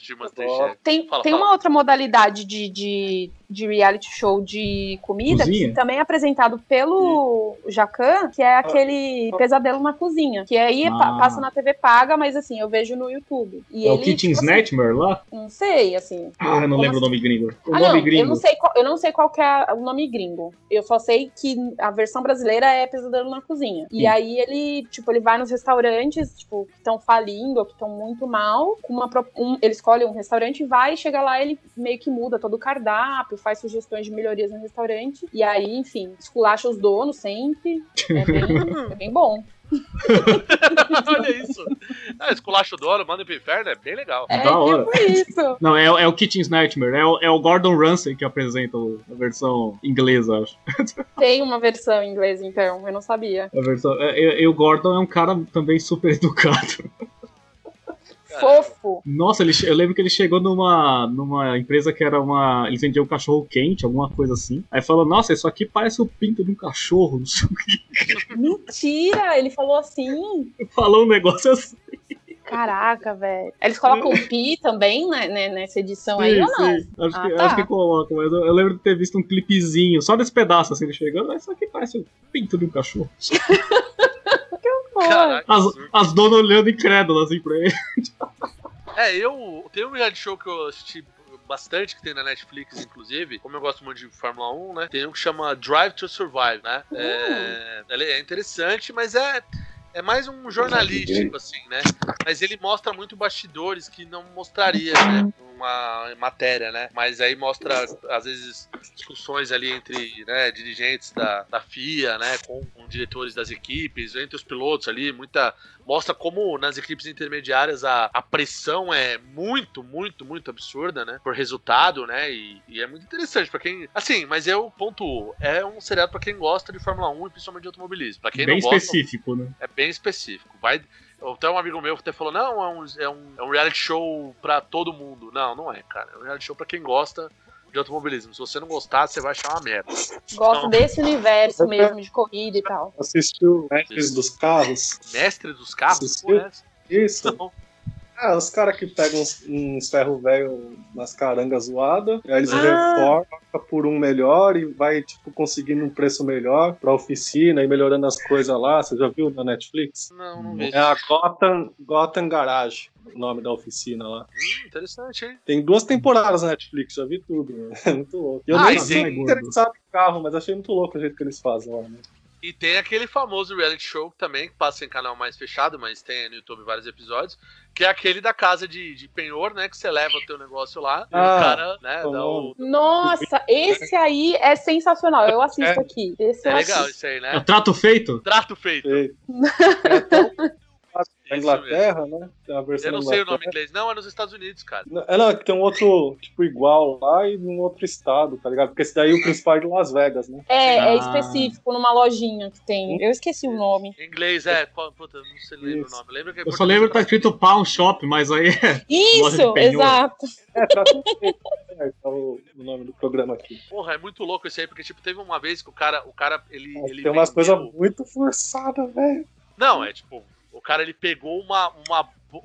[SPEAKER 3] [LAUGHS]
[SPEAKER 5] de
[SPEAKER 3] Ó.
[SPEAKER 5] Masterchef.
[SPEAKER 1] Tem,
[SPEAKER 5] Fala,
[SPEAKER 1] tem
[SPEAKER 5] fala.
[SPEAKER 1] uma outra modalidade de, de, de reality show de comida
[SPEAKER 2] Cozinha?
[SPEAKER 1] que também é apresentado pelo Jacan, que é aquele pesadelo na cozinha. Que aí é pa-
[SPEAKER 2] Ah.
[SPEAKER 1] passa na TV paga, mas assim, eu vejo no YouTube. E
[SPEAKER 2] é o
[SPEAKER 1] ele,
[SPEAKER 2] Kitchen's
[SPEAKER 1] tipo, assim,
[SPEAKER 2] Nightmare lá?
[SPEAKER 1] Não sei, assim.
[SPEAKER 2] Ah, eu não
[SPEAKER 1] Como
[SPEAKER 2] lembro o
[SPEAKER 1] assim?
[SPEAKER 2] nome gringo. O
[SPEAKER 1] ah,
[SPEAKER 2] nome
[SPEAKER 1] não,
[SPEAKER 2] gringo.
[SPEAKER 1] eu não sei qual, eu não sei qual que é o nome gringo. Eu só sei que a versão brasileira é Pesadelo na Cozinha.
[SPEAKER 2] Sim.
[SPEAKER 1] E aí ele, tipo, ele vai nos restaurantes, tipo, que estão falindo ou que estão muito mal, com uma pro- um- ele escolhe um restaurante e vai, chega lá, ele meio que muda todo o cardápio, faz sugestões de melhorias no restaurante. E aí, enfim, esculacha os donos sempre. É
[SPEAKER 2] [LAUGHS]
[SPEAKER 1] bem, é bem bom.
[SPEAKER 5] [LAUGHS] Olha isso. Ah, esculacha o dono, manda pro inferno, é bem legal.
[SPEAKER 1] É
[SPEAKER 2] Da hora.
[SPEAKER 1] tipo isso.
[SPEAKER 2] Não, é, é o Kitchen's Nightmare. É o, é o Gordon Ramsay que apresenta o- a versão inglesa, acho.
[SPEAKER 1] Tem uma versão em inglês, então, eu não sabia.
[SPEAKER 2] A versão, é, é- e o Gordon é um cara também super [LAUGHS] educado.
[SPEAKER 1] Fofo.
[SPEAKER 2] Nossa, ele che- eu lembro que ele chegou numa, numa empresa que era uma. Eles vendiam um cachorro quente, alguma coisa assim. Aí falou: Nossa, isso aqui parece o pinto de um cachorro. [LAUGHS] não sei o quê.
[SPEAKER 1] Mentira, ele falou assim.
[SPEAKER 2] Falou um negócio assim.
[SPEAKER 1] Caraca, velho. Eles colocam o pi também né, né, nessa edição aí
[SPEAKER 2] sim,
[SPEAKER 1] ou não?
[SPEAKER 2] sim. Acho,
[SPEAKER 1] Ah,
[SPEAKER 2] que,
[SPEAKER 1] tá.
[SPEAKER 2] acho que coloca, mas eu, eu lembro de ter visto um clipezinho, só desse pedaço assim, ele chegando. Mas isso aqui parece o pinto de um cachorro.
[SPEAKER 1] Pô,
[SPEAKER 5] Caraca, que
[SPEAKER 2] As,
[SPEAKER 5] absurdo.
[SPEAKER 2] as donas olhando incrédulas assim pra ele.
[SPEAKER 5] É, eu. Tem um reality show que eu assisti bastante, que tem na Netflix, inclusive. Como eu gosto muito de Fórmula 1, né? Tem um que chama Drive to Survive, né? É,
[SPEAKER 1] Hum.
[SPEAKER 5] ele é interessante, mas é. É mais um jornalístico, assim, né? Mas ele mostra muito bastidores que não mostraria, né? Uma matéria, né? Mas aí mostra, às vezes, discussões ali entre né, dirigentes da, da FIA, né? Com, com diretores das equipes, entre os pilotos ali, muita, mostra como nas equipes intermediárias a, a pressão é muito, muito, muito absurda, né? Por resultado, né? E, e é muito interessante pra quem. Assim, mas eu pontuo. É um seriado pra quem gosta de Fórmula 1 e principalmente de automobilismo. Pra quem
[SPEAKER 2] Bem
[SPEAKER 5] não gosta,
[SPEAKER 2] específico, né?
[SPEAKER 5] é bem específico. Vai. Até um amigo meu até falou: não, é um, é um, é um reality show pra todo mundo. Não, não é, cara. É um reality show pra quem gosta de automobilismo. Se você não gostar, você vai achar uma merda. Então,
[SPEAKER 1] gosto
[SPEAKER 5] Não.
[SPEAKER 1] desse universo mesmo de corrida e tal.
[SPEAKER 3] Assistiu Mestres dos Carros?
[SPEAKER 5] Mestre dos carros?
[SPEAKER 3] Sim.
[SPEAKER 5] Pô, é?
[SPEAKER 3] Isso.
[SPEAKER 5] Não.
[SPEAKER 3] Ah, os caras que pegam uns, uns ferro velho, umas carangas zoadas, aí eles
[SPEAKER 1] Ah.
[SPEAKER 3] reformam por um melhor e vai, tipo, conseguindo um preço melhor pra oficina e melhorando as coisas lá. Você já viu na Netflix?
[SPEAKER 5] Não, não vejo.
[SPEAKER 3] É a Gotham, Gotham Garage, o nome da oficina lá.
[SPEAKER 5] Hum, interessante, hein?
[SPEAKER 3] Tem duas temporadas na Netflix, já vi tudo. Né? [LAUGHS] É muito louco. E eu
[SPEAKER 5] Ah,
[SPEAKER 3] nem
[SPEAKER 5] e
[SPEAKER 3] sei
[SPEAKER 2] tem-
[SPEAKER 3] interessado em carro, mas achei muito louco o jeito que eles fazem lá. Né?
[SPEAKER 5] E tem aquele famoso reality show também, que passa em canal mais fechado, mas tem no YouTube vários episódios, que é aquele da casa de, de penhor, né? Que você leva o teu negócio lá e
[SPEAKER 3] Ah,
[SPEAKER 5] o cara, né, dá o.
[SPEAKER 1] Nossa, esse aí é sensacional. Eu assisto
[SPEAKER 3] É.
[SPEAKER 1] aqui. Esse
[SPEAKER 5] É
[SPEAKER 1] eu
[SPEAKER 5] legal
[SPEAKER 1] assisto.
[SPEAKER 5] isso aí,
[SPEAKER 2] É o
[SPEAKER 5] né?
[SPEAKER 2] trato feito?
[SPEAKER 5] Trato feito. [LAUGHS]
[SPEAKER 3] Sei. É até o-
[SPEAKER 5] Isso
[SPEAKER 3] Na Inglaterra, né? Tem uma versão
[SPEAKER 5] Eu não
[SPEAKER 3] da
[SPEAKER 5] sei o nome em
[SPEAKER 3] Inglaterra.
[SPEAKER 5] inglês. Não, é nos Estados Unidos, cara.
[SPEAKER 3] Não, É, não, é que tem um outro, tipo, igual lá e num outro estado, tá ligado? Porque esse daí o principal é de Las Vegas, né?
[SPEAKER 1] É, é
[SPEAKER 2] Ah.
[SPEAKER 1] específico, numa lojinha que tem. Eu esqueci o nome.
[SPEAKER 5] Em inglês é. pô, Puta, eu não sei lembro o
[SPEAKER 3] Isso.
[SPEAKER 5] nome. Lembra que é
[SPEAKER 2] Eu só lembro que tá escrito Pawn Shop, mas aí [LAUGHS] é. Loja de
[SPEAKER 1] Isso,
[SPEAKER 2] penhor.
[SPEAKER 1] exato.
[SPEAKER 3] É, trato feito, né? é o, o nome do programa aqui.
[SPEAKER 5] Porra, é muito louco isso aí, porque, tipo, teve uma vez que o cara, o cara, ele. ele
[SPEAKER 3] É, tem umas coisas
[SPEAKER 5] vendeu-
[SPEAKER 3] muito forçadas, velho.
[SPEAKER 5] Não, é tipo, o cara ele pegou uma. uma um-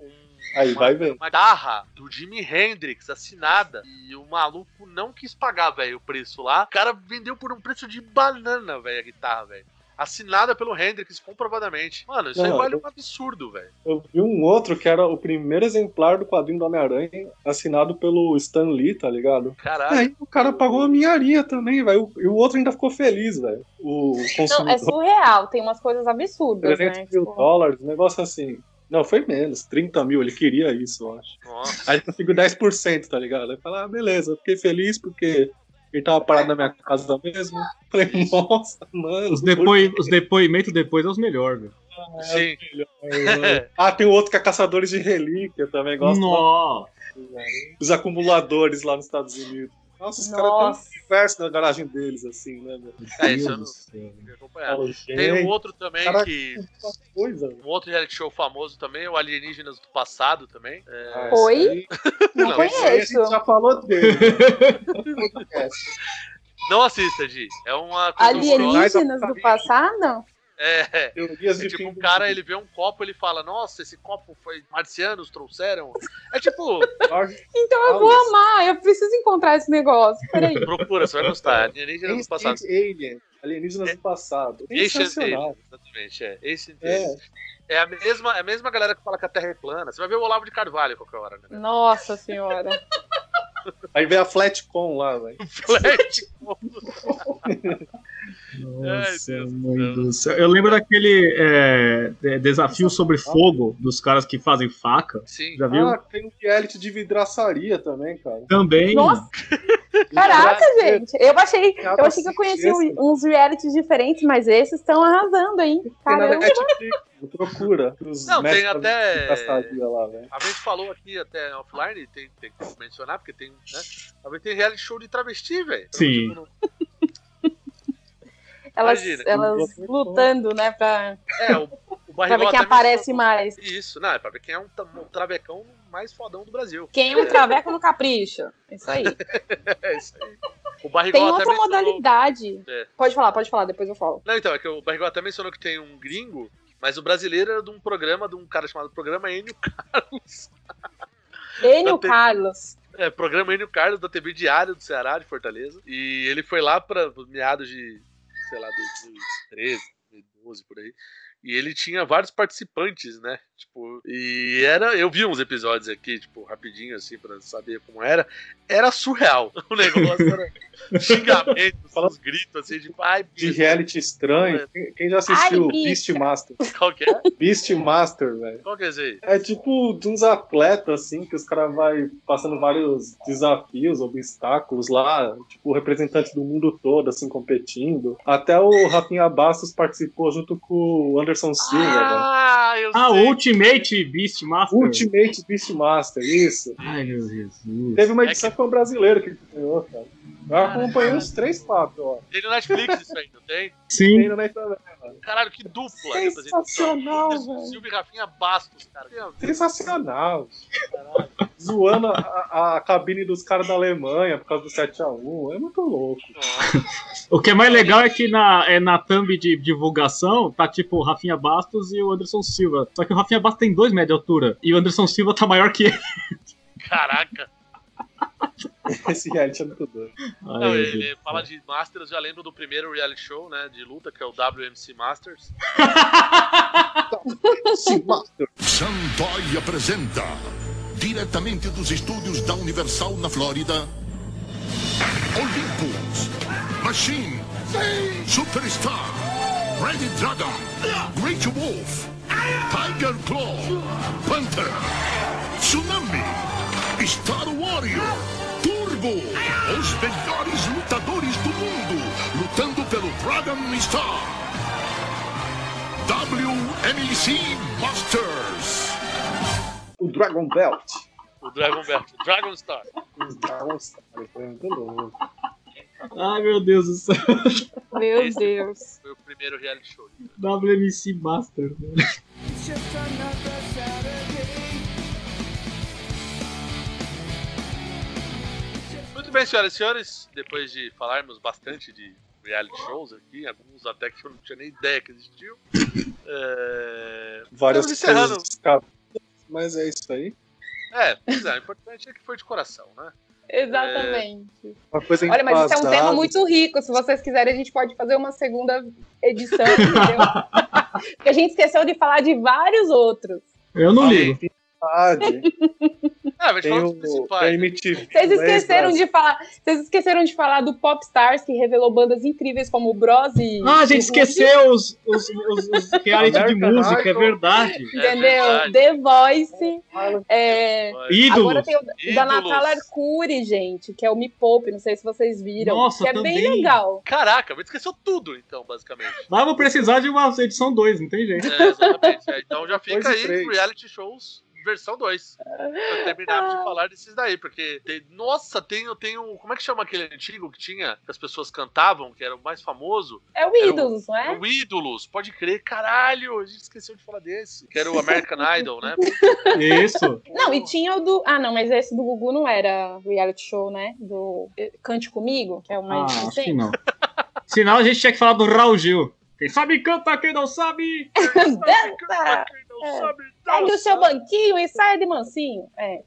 [SPEAKER 3] Aí,
[SPEAKER 5] uma,
[SPEAKER 3] vai ver.
[SPEAKER 5] Uma garra do Jimi Hendrix assinada. E o maluco não quis pagar, velho, o preço lá. O cara vendeu por um preço de banana, velho, a guitarra, velho. Assinada pelo Hendrix, comprovadamente. Mano, isso aí
[SPEAKER 3] Não,
[SPEAKER 5] vale
[SPEAKER 3] eu-
[SPEAKER 5] um absurdo, velho.
[SPEAKER 3] Eu vi um outro que era o primeiro exemplar do quadrinho do Homem-Aranha, assinado pelo Stan Lee, tá ligado?
[SPEAKER 5] Caralho.
[SPEAKER 3] Aí o cara pagou a minharia também, velho. E o outro ainda ficou feliz, velho. O
[SPEAKER 1] Não, é
[SPEAKER 3] consumidor.
[SPEAKER 1] surreal, tem umas coisas absurdas,
[SPEAKER 3] 300
[SPEAKER 1] né?
[SPEAKER 3] mil
[SPEAKER 1] Tipo,
[SPEAKER 3] dólares, um negócio assim. Não, foi menos, 30 mil, ele queria isso, eu acho.
[SPEAKER 5] Nossa.
[SPEAKER 3] Aí ele conseguiu 10%, tá ligado? Aí fala, ah, beleza, eu fiquei feliz porque ele tava parado na minha casa mesmo. [LAUGHS] Falei, nossa, mano.
[SPEAKER 2] Os, depoi... os depoimentos depois é os melhores, velho.
[SPEAKER 5] Sim.
[SPEAKER 3] mano. Ah, tem o outro que é Caçadores de Relíquia, eu também gosto.
[SPEAKER 2] Nossa.
[SPEAKER 3] Os acumuladores lá nos Estados Unidos. Nossa, os caras
[SPEAKER 1] Nossa.
[SPEAKER 3] têm um universo na garagem deles, assim, né, meu?
[SPEAKER 5] É,
[SPEAKER 2] Meu
[SPEAKER 5] isso eu
[SPEAKER 2] Deus do
[SPEAKER 5] não
[SPEAKER 2] céu.
[SPEAKER 5] eu acompanhava.
[SPEAKER 3] Fala,
[SPEAKER 5] Tem um
[SPEAKER 3] É, gente,
[SPEAKER 5] outro também
[SPEAKER 3] Caraca.
[SPEAKER 5] que.
[SPEAKER 3] que coisa, né? velho.
[SPEAKER 5] Um outro reality show famoso também, o Alienígenas do Passado também. É,
[SPEAKER 1] Oi?
[SPEAKER 3] Esse aí-
[SPEAKER 1] Não
[SPEAKER 5] Não,
[SPEAKER 3] esse aí a gente
[SPEAKER 1] conheço.
[SPEAKER 3] já falou dele. né? Então, é,
[SPEAKER 5] Não assista, Gi. É uma coisa horrorosa.
[SPEAKER 1] Alienígenas do passado?
[SPEAKER 5] É,
[SPEAKER 3] Teorias
[SPEAKER 5] É
[SPEAKER 3] de
[SPEAKER 5] tipo,
[SPEAKER 3] fim
[SPEAKER 5] um
[SPEAKER 3] do
[SPEAKER 5] cara,
[SPEAKER 3] mundo.
[SPEAKER 5] ele vê um copo, ele fala, nossa, esse copo foi marcianos, trouxeram. É tipo,
[SPEAKER 3] Jorge
[SPEAKER 1] Então eu vou
[SPEAKER 3] Carlos.
[SPEAKER 1] amar, eu preciso encontrar esse negócio. Peraí.
[SPEAKER 5] procura, você vai gostar. Alienígenas do passado.
[SPEAKER 3] Ancient Alien, alienígenas do passado.
[SPEAKER 5] Ancient
[SPEAKER 3] Sensacional.
[SPEAKER 5] Aliens, exatamente, é. Ancient
[SPEAKER 3] É.
[SPEAKER 5] Aliens. É a, mesma, é a mesma galera que fala que a Terra é plana. Você vai ver o Olavo de Carvalho qualquer hora,
[SPEAKER 1] [LAUGHS]
[SPEAKER 5] né?
[SPEAKER 1] Nossa senhora.
[SPEAKER 3] Aí vem a Flatcom lá, velho.
[SPEAKER 5] Flat.
[SPEAKER 2] Nossa,
[SPEAKER 5] Deus do
[SPEAKER 2] mãe
[SPEAKER 5] céu.
[SPEAKER 2] do céu. Eu lembro daquele é, de- desafio sobre fogo dos caras que fazem faca.
[SPEAKER 5] Sim.
[SPEAKER 2] Já viu?
[SPEAKER 3] Ah, tem um reality de vidraçaria também, cara.
[SPEAKER 2] Também.
[SPEAKER 1] Nossa, caraca, gente. Eu achei, eu achei que eu conhecia
[SPEAKER 3] Esse-
[SPEAKER 1] uns realities diferentes, mas esses estão arrasando, hein?
[SPEAKER 3] Tem na
[SPEAKER 1] Caramba.
[SPEAKER 3] Netflix, procura. Os
[SPEAKER 5] Não, tem
[SPEAKER 3] mestres
[SPEAKER 5] até-
[SPEAKER 3] de vidraçaria lá, velho.
[SPEAKER 5] A gente falou aqui até offline, tem, tem que mencionar, porque tem, né? A gente tem reality show de travesti, velho. Então,
[SPEAKER 2] Sim.
[SPEAKER 5] tipo, não-
[SPEAKER 1] Elas,
[SPEAKER 5] Imagina.
[SPEAKER 1] elas lutando, né, pra,
[SPEAKER 5] É, o, o
[SPEAKER 1] pra ver
[SPEAKER 5] barrigão
[SPEAKER 1] quem
[SPEAKER 5] até
[SPEAKER 1] aparece
[SPEAKER 5] mencionou-
[SPEAKER 1] mais.
[SPEAKER 5] Isso, não, é pra ver quem é um, tra- um travecão mais fodão do Brasil.
[SPEAKER 1] Quem é um traveco no capricho. Isso aí.
[SPEAKER 5] [LAUGHS] É isso aí. O barrigão
[SPEAKER 1] Tem
[SPEAKER 5] até
[SPEAKER 1] outra
[SPEAKER 5] mencionou-
[SPEAKER 1] modalidade.
[SPEAKER 5] É.
[SPEAKER 1] Pode falar, pode falar, depois eu falo.
[SPEAKER 5] Não, então, é que o barrigão até mencionou que tem um gringo, mas o brasileiro era de um programa, de um cara chamado Programa Enio Carlos.
[SPEAKER 1] Enio
[SPEAKER 5] tenho-
[SPEAKER 1] Carlos.
[SPEAKER 5] É, Programa Enio Carlos da TV Diário do Ceará, de Fortaleza. E ele foi lá pra pros meados de, sei lá, 2013, 2012, por aí. E ele tinha vários participantes, né? Tipo, e era. Eu vi uns episódios aqui, tipo, rapidinho, assim, pra saber como era. Era surreal. [LAUGHS] O negócio era xingamentos, uns gritos, assim, de pai,
[SPEAKER 3] De reality
[SPEAKER 5] É.
[SPEAKER 3] estranho. Quem- Quem já
[SPEAKER 1] Ai,
[SPEAKER 3] assistiu
[SPEAKER 1] bicha.
[SPEAKER 3] Beastmaster?
[SPEAKER 5] Qual que é?
[SPEAKER 3] Beastmaster, velho.
[SPEAKER 5] Qual que é esse aí?
[SPEAKER 3] É tipo de uns atletas, assim, que os caras vai passando vários desafios, obstáculos lá, tipo, representantes do mundo todo, assim, competindo. Até o Rafinha Bastos participou junto com o Anderson Silva,
[SPEAKER 5] Ah, eu
[SPEAKER 2] Ah,
[SPEAKER 5] sei.
[SPEAKER 2] Ultimate Beastmaster.
[SPEAKER 3] velho. Ultimate Beastmaster, isso.
[SPEAKER 2] Ai, meu Jesus.
[SPEAKER 3] Teve uma
[SPEAKER 5] É
[SPEAKER 3] edição que foi um brasileiro que ganhou, cara. Eu acompanhei uns três, quatro, ó.
[SPEAKER 5] Tem no Netflix isso aí, não tem?
[SPEAKER 2] Sim.
[SPEAKER 3] Tem no Netflix.
[SPEAKER 5] Caralho, que dupla.
[SPEAKER 3] Sensacional,
[SPEAKER 5] Anderson
[SPEAKER 3] velho.
[SPEAKER 5] Silva e Rafinha Bastos, cara. Meu,
[SPEAKER 3] Sensacional.
[SPEAKER 5] caralho.
[SPEAKER 3] Zoando a, a- a cabine dos caras da Alemanha por causa do 7x1. É muito
[SPEAKER 5] [LAUGHS]
[SPEAKER 3] louco.
[SPEAKER 2] O que é mais legal é que na, é na thumb de divulgação tá tipo o Rafinha Bastos e o Anderson Silva. Só que o Rafinha Bastos tem dois metros de altura e o Anderson Silva tá maior que ele.
[SPEAKER 5] Caraca.
[SPEAKER 3] Esse reality é muito doido.
[SPEAKER 2] Ai,
[SPEAKER 5] Não,
[SPEAKER 2] meu
[SPEAKER 5] ele
[SPEAKER 2] Deus.
[SPEAKER 5] fala de Masters, eu já lembro do primeiro reality show, né, de luta, que é o WMC Masters.
[SPEAKER 10] Santoy apresenta, diretamente dos estúdios da Universal na Flórida, Olympus, Machine, Superstar, Red Dragon, Great Wolf, Tiger Claw, Panther, Tsunami, Star Warrior, Turbo, os melhores lutadores do mundo, lutando pelo Dragon Star. WMC Masters.
[SPEAKER 3] O Dragon Belt.
[SPEAKER 5] O Dragon Belt. Dragon Star.
[SPEAKER 3] Dragon Star. é Muito louco.
[SPEAKER 5] é-
[SPEAKER 2] Ai, meu Deus do céu. [LAUGHS]
[SPEAKER 1] Meu Deus.
[SPEAKER 5] Foi o primeiro reality show.
[SPEAKER 2] WMC Master. né?
[SPEAKER 5] Muito bem, senhoras e senhores, depois de falarmos bastante de reality shows aqui, alguns até que eu não tinha nem ideia que existiam. é,
[SPEAKER 3] Várias
[SPEAKER 5] estamos
[SPEAKER 3] coisas
[SPEAKER 5] encerrando.
[SPEAKER 3] escapam. Mas é isso aí.
[SPEAKER 5] É, pois é, o importante é que foi de coração, né?
[SPEAKER 1] Exatamente.
[SPEAKER 3] Uma coisa
[SPEAKER 1] Olha, mas isso é um
[SPEAKER 3] embasada.
[SPEAKER 1] tema muito rico. Se vocês quiserem, a gente pode fazer uma segunda edição, entendeu? Porque a gente esqueceu de falar de vários outros.
[SPEAKER 2] Eu não
[SPEAKER 5] Olha
[SPEAKER 2] ligo.
[SPEAKER 5] [LAUGHS]
[SPEAKER 3] Verdade.
[SPEAKER 5] Ah, vai te
[SPEAKER 3] Tem
[SPEAKER 5] falar dos
[SPEAKER 3] o
[SPEAKER 5] principais.
[SPEAKER 3] tem
[SPEAKER 5] né?
[SPEAKER 3] MTV.
[SPEAKER 1] Vocês
[SPEAKER 3] né,
[SPEAKER 1] esqueceram
[SPEAKER 3] Brasil?
[SPEAKER 1] de falar, vocês esqueceram de falar do Popstars, que revelou bandas incríveis como o Bros e
[SPEAKER 2] Ah, a
[SPEAKER 1] e
[SPEAKER 2] gente
[SPEAKER 1] Rude,
[SPEAKER 2] esqueceu os, os, os, os reality de
[SPEAKER 3] American
[SPEAKER 2] música, é
[SPEAKER 3] Idol.
[SPEAKER 2] verdade.
[SPEAKER 5] É
[SPEAKER 1] Entendeu?
[SPEAKER 5] verdade.
[SPEAKER 1] The Voice. É,
[SPEAKER 5] Vai.
[SPEAKER 1] agora
[SPEAKER 2] Ídolos.
[SPEAKER 1] tem o da
[SPEAKER 5] Ídolos.
[SPEAKER 1] Natália Arcuri, gente, que é o Me Poupe, não sei se vocês viram.
[SPEAKER 2] Nossa,
[SPEAKER 1] que é
[SPEAKER 2] também.
[SPEAKER 1] bem legal.
[SPEAKER 5] Caraca, mas esqueceu tudo, então, basicamente.
[SPEAKER 2] Mas eu vou precisar de uma edição 2, não [LAUGHS] tem jeito.
[SPEAKER 5] É, exatamente. É, então já fica
[SPEAKER 3] Dois e
[SPEAKER 5] aí,
[SPEAKER 3] três.
[SPEAKER 5] reality shows versão 2. Pra terminarmos de falar desses daí, porque tem- nossa, tem, tem um. Como é que chama aquele antigo que tinha, que as pessoas cantavam, que era o mais famoso?
[SPEAKER 1] É o
[SPEAKER 5] Era um-
[SPEAKER 1] Ídolos, não é?
[SPEAKER 5] O Ídolos, pode crer, caralho, a gente esqueceu de falar desse. Que era o American Idol, né?
[SPEAKER 2] Isso.
[SPEAKER 1] Não, e tinha o do. Ah, não, mas esse do Gugu não era reality show, né? Do eh, Cante Comigo, que é o
[SPEAKER 2] Ah,
[SPEAKER 1] mais
[SPEAKER 2] acho que
[SPEAKER 1] recente.
[SPEAKER 2] não. Senão a gente tinha que falar do Raul Gil. Quem sabe canta, quem não sabe.
[SPEAKER 1] Dança!
[SPEAKER 5] Não sabe
[SPEAKER 1] Pegue É o
[SPEAKER 5] dançar.
[SPEAKER 1] seu banquinho e saia de mansinho. É.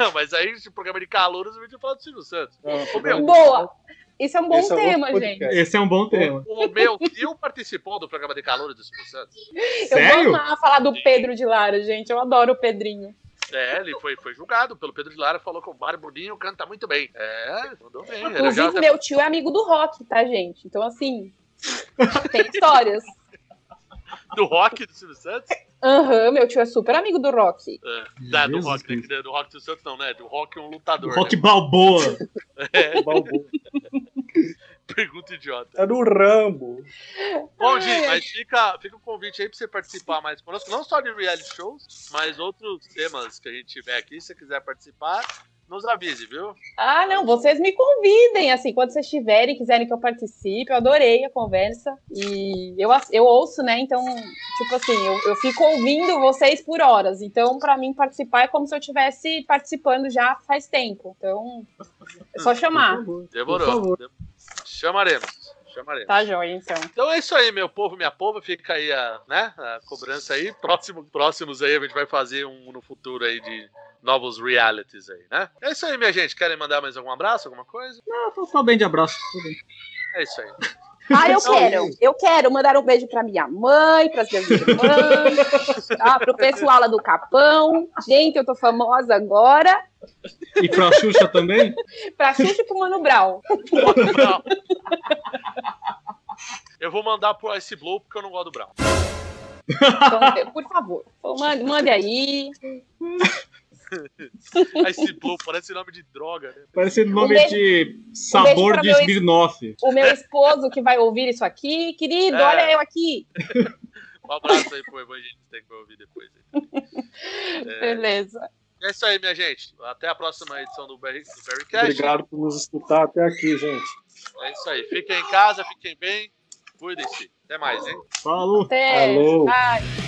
[SPEAKER 5] Não, mas aí esse programa de calouros a gente vai falar do Silvio Santos.
[SPEAKER 3] Ah,
[SPEAKER 5] Ô, meu,
[SPEAKER 1] Boa! Isso é um bom
[SPEAKER 3] Esse é outro
[SPEAKER 1] tema, gente.
[SPEAKER 3] podcast.
[SPEAKER 2] Esse é um bom tema.
[SPEAKER 5] o meu tio participou do programa de calouros do Silvio Santos.
[SPEAKER 1] Eu
[SPEAKER 2] Sério?
[SPEAKER 1] vou amar falar do Pedro de Lara, gente. Eu adoro o Pedrinho.
[SPEAKER 5] É, ele foi, foi julgado pelo Pedro de Lara, falou que o Mário Boninho canta muito bem. É, mandou bem. Era já
[SPEAKER 1] Inclusive,
[SPEAKER 5] até-
[SPEAKER 1] meu tio é amigo do rock, tá, gente? Então, assim, tem histórias.
[SPEAKER 5] do rock do Silvio Santos?
[SPEAKER 1] Aham, meu tio é super amigo do rock.
[SPEAKER 5] É, da- do
[SPEAKER 2] Jesus
[SPEAKER 5] rock, né?
[SPEAKER 2] Cristo.
[SPEAKER 5] que- do rock do Santos não, né? Do rock um lutador.
[SPEAKER 2] Rock
[SPEAKER 5] né?
[SPEAKER 2] Balboa.
[SPEAKER 3] O Balbu.
[SPEAKER 5] Pergunta idiota.
[SPEAKER 3] É do Rambo.
[SPEAKER 5] Bom,
[SPEAKER 1] Ai,
[SPEAKER 5] gente,
[SPEAKER 1] ai.
[SPEAKER 5] mas fica, fica o convite aí pra você participar mais conosco, não só de reality shows, mas outros temas que a gente tiver aqui. Se você quiser participar, nos avise, viu?
[SPEAKER 1] Ah, não, vocês me convidem, assim, quando vocês tiverem, quiserem que eu participe. Eu adorei a conversa. E eu, ass- eu ouço, né? Então, tipo assim, eu, eu fico ouvindo vocês por horas. Então, pra mim, participar é como se eu estivesse participando já faz tempo. Então, é só chamar.
[SPEAKER 5] Demorou. Dem- Chamaremos. Chamaremos.
[SPEAKER 1] Tá, joia, então.
[SPEAKER 5] Então é isso aí, meu povo, minha povo. Fica aí a, né, a cobrança aí. Próximo, próximos aí, a gente vai fazer um no futuro aí de novos realities aí, né? É isso aí, minha gente. Querem mandar mais algum abraço, alguma coisa?
[SPEAKER 2] Ah, tô, tô bem de abraço. Tô bem.
[SPEAKER 5] É isso aí.
[SPEAKER 1] Ah, eu quero. Eu quero mandar um beijo pra minha mãe, pras minhas irmãs, tá? pro pessoal lá do Capão. Gente, eu tô famosa agora.
[SPEAKER 2] E pra Xuxa também?
[SPEAKER 1] Pra Xuxa e pro Mano Brown.
[SPEAKER 5] Mano Brown. Eu vou mandar pro Ice Blow porque eu não gosto do Brown.
[SPEAKER 1] Então, [LAUGHS] por favor, então, mande, mande aí.
[SPEAKER 5] Ice Blow parece nome de droga, né?
[SPEAKER 2] Parece um nome
[SPEAKER 1] Um beijo-
[SPEAKER 2] de sabor
[SPEAKER 1] pra
[SPEAKER 2] de
[SPEAKER 1] meu ex-
[SPEAKER 2] Smirnoff.
[SPEAKER 1] O meu esposo que vai ouvir isso aqui. Querido,
[SPEAKER 5] É.
[SPEAKER 1] olha eu aqui.
[SPEAKER 5] Um abraço aí pro Evangelista que vai ouvir depois. aí.
[SPEAKER 1] Beleza.
[SPEAKER 5] É isso aí, minha gente. Até a próxima edição do Barry, do Barrycast.
[SPEAKER 3] Obrigado por nos escutar até aqui, gente.
[SPEAKER 5] É isso aí. Fiquem em casa, fiquem bem. Cuidem-se. Até mais, hein?
[SPEAKER 2] Falou.
[SPEAKER 1] Até.
[SPEAKER 3] Alô.
[SPEAKER 1] Bye.